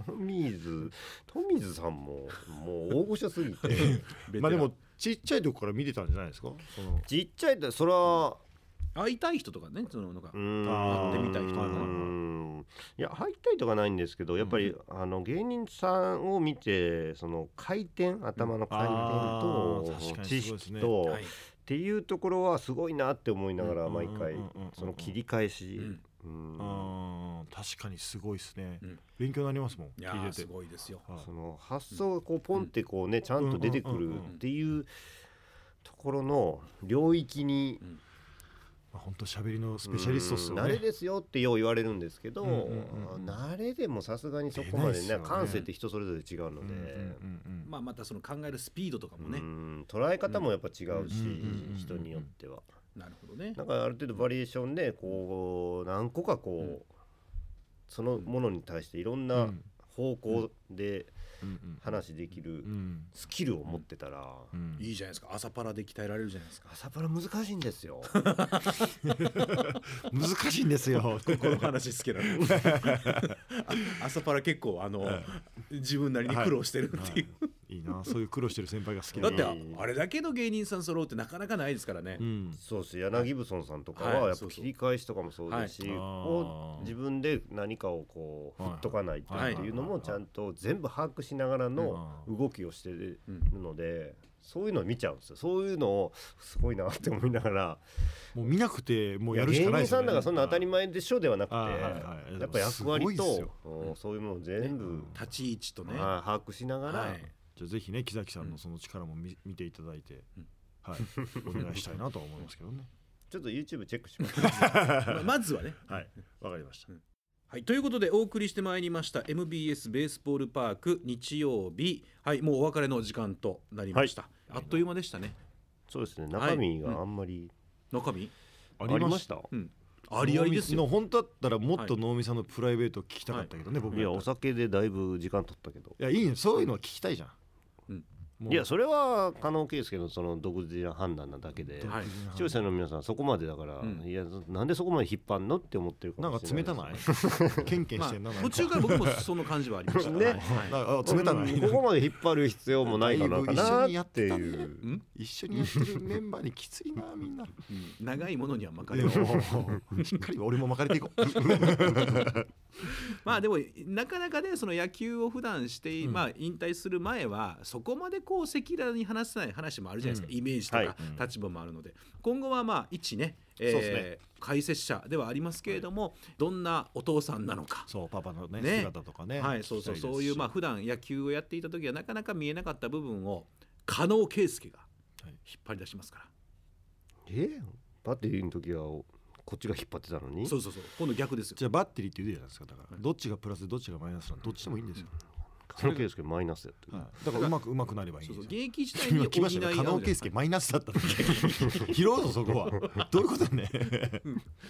富水富水さんももう大御所すぎて
まあでもちっちゃい時から見てたんじゃないですかその
ちっちゃいとそれは
会いたい人とかねそのなんか、
うーん
ー
あ
会ってみたい人とか
うーんいや入ったいとかないんですけどやっぱり、あの芸人さんを見てその回転頭の回
あー
転
確か
と知
にそうです
識
ね
と、
はい
っていうところはすごいなって思いながら
うん
毎回
うんうんうんうん
その切り返し、
うん
うん
あー確かにすごいですね、
うん
勉強になりますもん
いや
聞
ー
いて
す
て
ごいですよ。
はい
その発想がこうポンってこうねちゃんと出てく
うんうん
る
うんうん
っていうところの領域に
まあ本当喋りのスペシャリストっすよ
うん慣れ
ね
ですよってよう言われるんですけど、
うんうんうんうん
慣れでもさすがにそこまでね
出ないっすよね
感性って人それぞれ違うの
うん
で、
うんうん
まあまたその考えるスピードとかもね、
うん捉え方もやっぱ違うし、
うんうんうん
人によっては。
なるほどね。
なんかある程度バリエーションでこう何個かこう、
うん
そのものに対していろん
うん
な方向で
うんうん
話できる
うん
スキルを持ってたら、
うん
いいじゃないですか朝パラで鍛えられるじゃないですか。
朝パラ難しいんですよ。
難しいんで すよ
この話好きなの あ朝パラ結構あの、自分なりに苦労してるっていう、
いいなそういう苦労してる先輩が好き
だ
だ
っ
な
てああれだけの芸人さん揃うってなかなかないですからね、
うん
そうです柳ギブソンさんとか
はい
はやっ
そ
ぱ
うそう
切り返しとかもそうですし、
はいあー
こう自分で何かをこう
はい
振っとかないと
はい
っていうのもちゃんと全部把握しながらの動きをしてるのでそういうのを見ちゃうんですよそういうのをすごいなって思いながら
もう見なくてもうやるしかな
芸
いで
人
す
さ
よね
んだからそんな当たり前でしょではなくて、
あーはいはい
やっぱ役割
でもすごいっす
と
よ
うんそういうものを全部、
立ち位置とね、
はい把握しながら、
はい
じゃあぜひね木崎さんのその力も見見ていただいて、
うん
はい、お願いしたいなとは思いますけど ね。
ちょっと YouTube チェックし ます。
ままずはね
はい、わかりました。
はい、ということでお送りしてまいりました MBS ベースボールパーク日曜日、はい、もうお別れの時間となりました、あっという間でしたね
そうですね
はい
中身があんまり、
中身
あ
ありました
うんありありですよ
能見の本当だったらもっと能見さんのプライベートを聞きたかったけどね、僕
いやお
い
酒でだいぶ時間取ったけど
やいいねそういうのは聞きたいじゃん。
うん
もう
いやそれは加納圭介のその独自な判断なだけで
はい
視聴者の皆さんそこまでだから、
うん
いやなんでそこまで引っ張んのって思ってるか
なん
も
か
しれな
冷
いで
た
す
ないケンケンしてんな
ま
な
あ
ん
途中から僕もその感じはありました
ね
はいはい
なんかあ冷たな
うん
い
ここまで引っ張る必要もないかなか
だ
ない
ぶ一緒にや
っ
っててたね
いう
うん
一緒にやってるメンバーにきついなみんな。
うん長いものには巻か
で
れない
もしっかり俺も巻かれていこ う。
まあでもなかなかねその野球を普段して、まあ引退する前はそこまでこう赤裸々に話せない話もあるじゃないですか、イメージと
はい
か立場もあるので、今後はまあ一ね,、えー
そうで
解説者ではありますけれども、どんなお父さんなのか。
そうパパのね
ね
姿とかね。
はい、そうそう
聞き
そ
たです
う
し
いうまあ普段野球をやっていた時はなかなか見えなかった部分を加納圭介が
はい
引っ張り出しますから、
えバッテリーの時はこっちが引っ張ってたのに
そうそうそう今度逆ですよ
じゃあバッテリーって言うじゃないですかだから、どっちがプラスでどっちがマイナスなのどっちでもいいんですよ、
加納圭介マイナスやってる、
だからうまくうまくなればいいん
そう
で
そう
すよ
現役時代に補
今来ま
い
した
合う
ね
じゃない
加納
で
圭
すか
介マイナスだったんだ拾うぞそこはどういうことね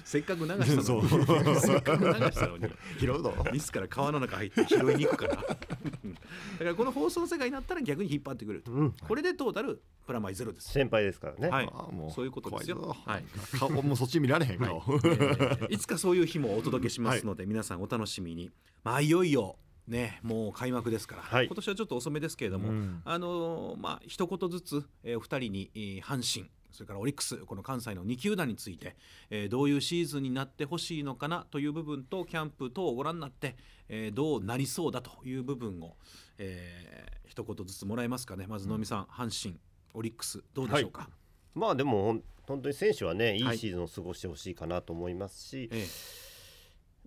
せっかく流した
そ
の
う
に せっかく流したのに
拾うぞ
自ら川の中入って拾いに行くからだからこの放送の世界になったら逆に引っ張ってくれると、
うん
これでトータルプラマイゼロです、
先輩ですから ね、
はい
ああもう
そういうことですよ
怖いぞ、
はい
顔もうそっち見られへん顔、
えーいつかそういう日もお届けしますので、皆さんお楽しみにまあいよいよねもう開幕ですから、
はい
今年はちょっと遅めですけれども、
うん
あのーまあ一言ずつ、えーお二人に、えー阪神それからオリックスこの関西の2球団について、えーどういうシーズンになってほしいのかなという部分とキャンプ等をご覧になって、えーどうなりそうだという部分を、えー一言ずつもらえますかねまず能見さん、阪神オリックスどうでしょうか、
まあでもほん本当に選手はねい
はいい
シーズンを過ごしてほしいかなと思いますし、
ええ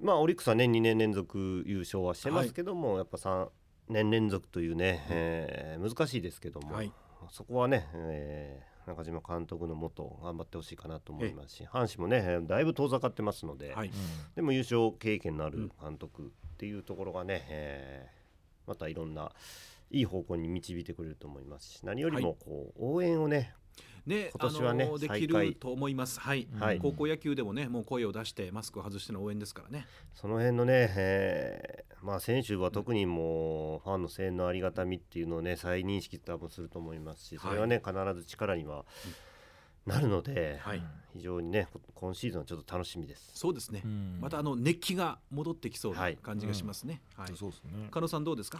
まあオリックスはね2年連続優勝はしてますけども、やっぱ3年連続というね、えー難しいですけども、
はい
そこはね、えー中島監督のもと頑張ってほしいかなと思いますし、阪神もねえーだいぶ遠ざかってますので、
はい、
でも優勝経験のある監督っていうところがね、えーまたいろんないい方向に導いてくれると思いますし何よりもこう、応援をね
ね、
今年はね
あのでき
再開
ると思います。はい、
はい
高校野球でもね、もう声を出してマスクを外しての応援ですからね。
その辺のね、えーまあ、選手は特にもうファンの声援のありがたみっていうのをね再認識多分すると思いますしそれはね、必ず力にはなるので、
はい、
非常にねこ今シーズンはちょっと楽しみです。
そうですね。またあ
の
の熱気が戻ってきそう
は
ない感じがしますね。はい。
そうですね
加野さんどうですか。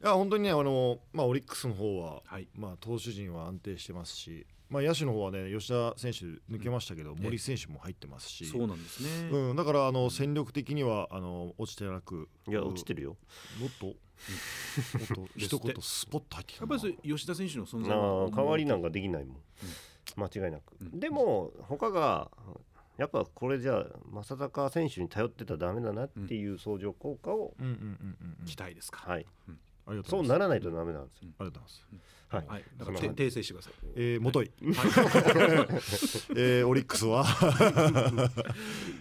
いや本当にねあのまあオリックスの方は
はい。
まあ投手陣は安定してますしまあ野手の方はね吉田選手抜けましたけど
ん
森選手も入ってますし
そうなんですね。
うん、だからあの戦力的にはあの落ちてなく
いや落ちてるよ
もっともっと一言スポッと入ってき
や
た
っ
な
ぱりそう吉田選手の存在
あ
は
あ代わりなんかできないもん、間違いなく、でも他がやっぱこれじゃあ正尚選手に頼ってたらダメだなっていう相乗効果を、
うんうんうんうんうん
期待ですか。
はい
ありがと
そうう
ございま
なら
す
ないとダメなんですよ、
ありがとうございます
はい
はい。だか
そ
ら
の
て訂正してください。
えー、もとい、えーオリックスは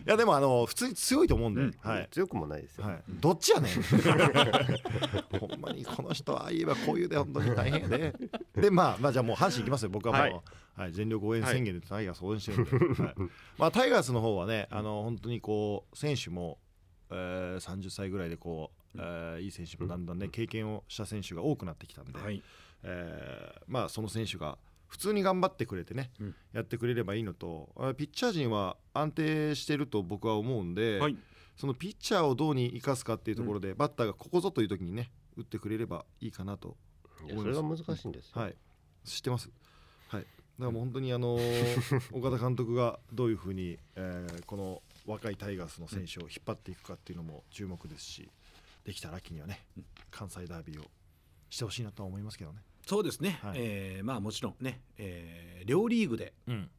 いやでもあの普通に強いと思うんで、
うん
はい、
強くもないですよ、
はい、どっちやねん ほんまにこの人は言えばこういうで本当に大変やででまあまあじゃあもう阪神行きますよ僕はもう、は
はいい
全力応援宣言でタイガース応援してるんで、はいまあ、タイガースの方はねあの本当にこう選手も、えー、30歳ぐらいでこう、えーいい選手もだんだんね経験をした選手が多くなってきたんで、
はい。
えーまあ、その選手が普通に頑張ってくれてね、
うん
やってくれればいいのとあピッチャー陣は安定してると僕は思うんで、
はい。
そのピッチャーをどうに生かすかっていうところで、バッターがここぞという時にね打ってくれればいいかなと、
いやそれが難しいんですよ、
はい、知ってます、はい、だからもう本当にあのー岡田監督がどういうふうに、えーこの若いタイガースの選手を引っ張っていくかっていうのも注目ですしできたら秋にはね関西ダービーをしてほしいなとは思いますけどね。
そうですね。
はい
えーまあもちろんね、えー両リーグで
うん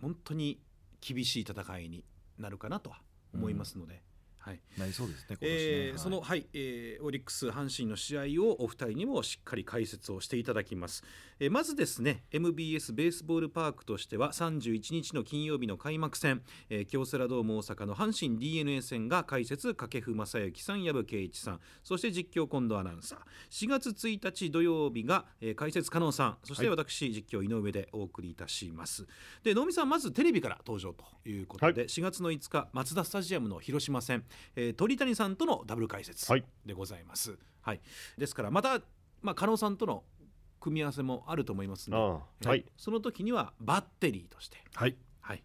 本当に厳しい戦いになるかなとは思いますので。はい。
なりそうですね、今年ね
えー
はい
その、はいえーオリックス、阪神の試合をお二人にもしっかり解説をしていただきます、えーまずですね MBS ベースボールパークとしては31日の金曜日の開幕戦、えー京セラドーム大阪の阪神 d n a 戦が解説掛布正幸さん、藪圭一さんそして実況近藤アナウンサー4月1日土曜日が、えー解説加納さんそして私、実況井上でお送りいたしますで能見さんまずテレビから登場ということで、4月の5日マツダスタジアムの広島戦、えー鳥谷さんとのダブル解説
はい
でございます、はいですからまた、まあ、加納さんとの組み合わせもあると思います
あ
ので、
あはい、はい
その時にはバッテリーとして
はい、
はい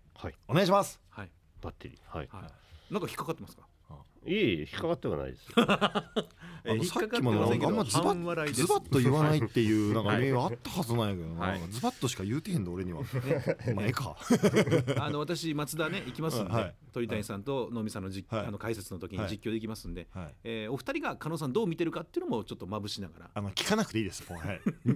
お願いします。
はい
バッテリーはい、
はいなんか引っかかってます か
い、いえいえ引っかかってはないですよ
あの
えー
さっきもなんかあんまズバ
半笑
ッ
いです
ズバッと言わないっていうなんか
はい
メールあったはずなんやけどな、
はい
なんかズバッとしか言うてへんで俺に は。まあええか。
あの私松田ね行きますんで、
はい
鳥谷さんと能見さんの実、
はい
あの解説の時に
はい
実況できますんで、
はい。
えーお二人が加納さんどう見てるかっていうのもちょっとまぶしながら
あの聞かなくていいです。もうは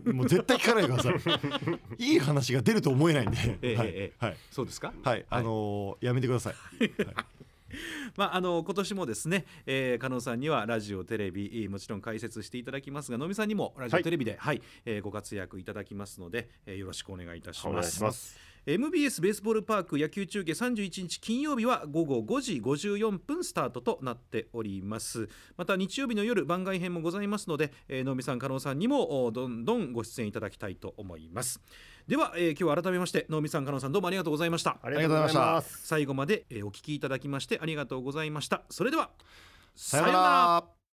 い。もう絶対聞かないでくださ い。いい話が出ると思えないん
ええ
で。は
え
い
え。
はい。
そうですか
はい。あのーやめてください。
まあ、あの今年もですね、えー、加納さんにはラジオテレビえーもちろん解説していただきますが能見さんにもラジオテレビで、はいえーご活躍いただきますので、えーよろ しくお願いいたし
お願
ま
い
す
します、
MBS ベースボールパーク野球中継31日金曜日は午後5時54分スタートとなっておりますまた日曜日の夜番外編もございますので、えー、能見さん加納さんにもおどんどんご出演いただきたいと思いますでは、えー今日は改めまして能見さん加納さんどうもありがとうございました
ありがとうございます
最後までえーお聞きいただきましてありがとうございましたそれでは
さようなら。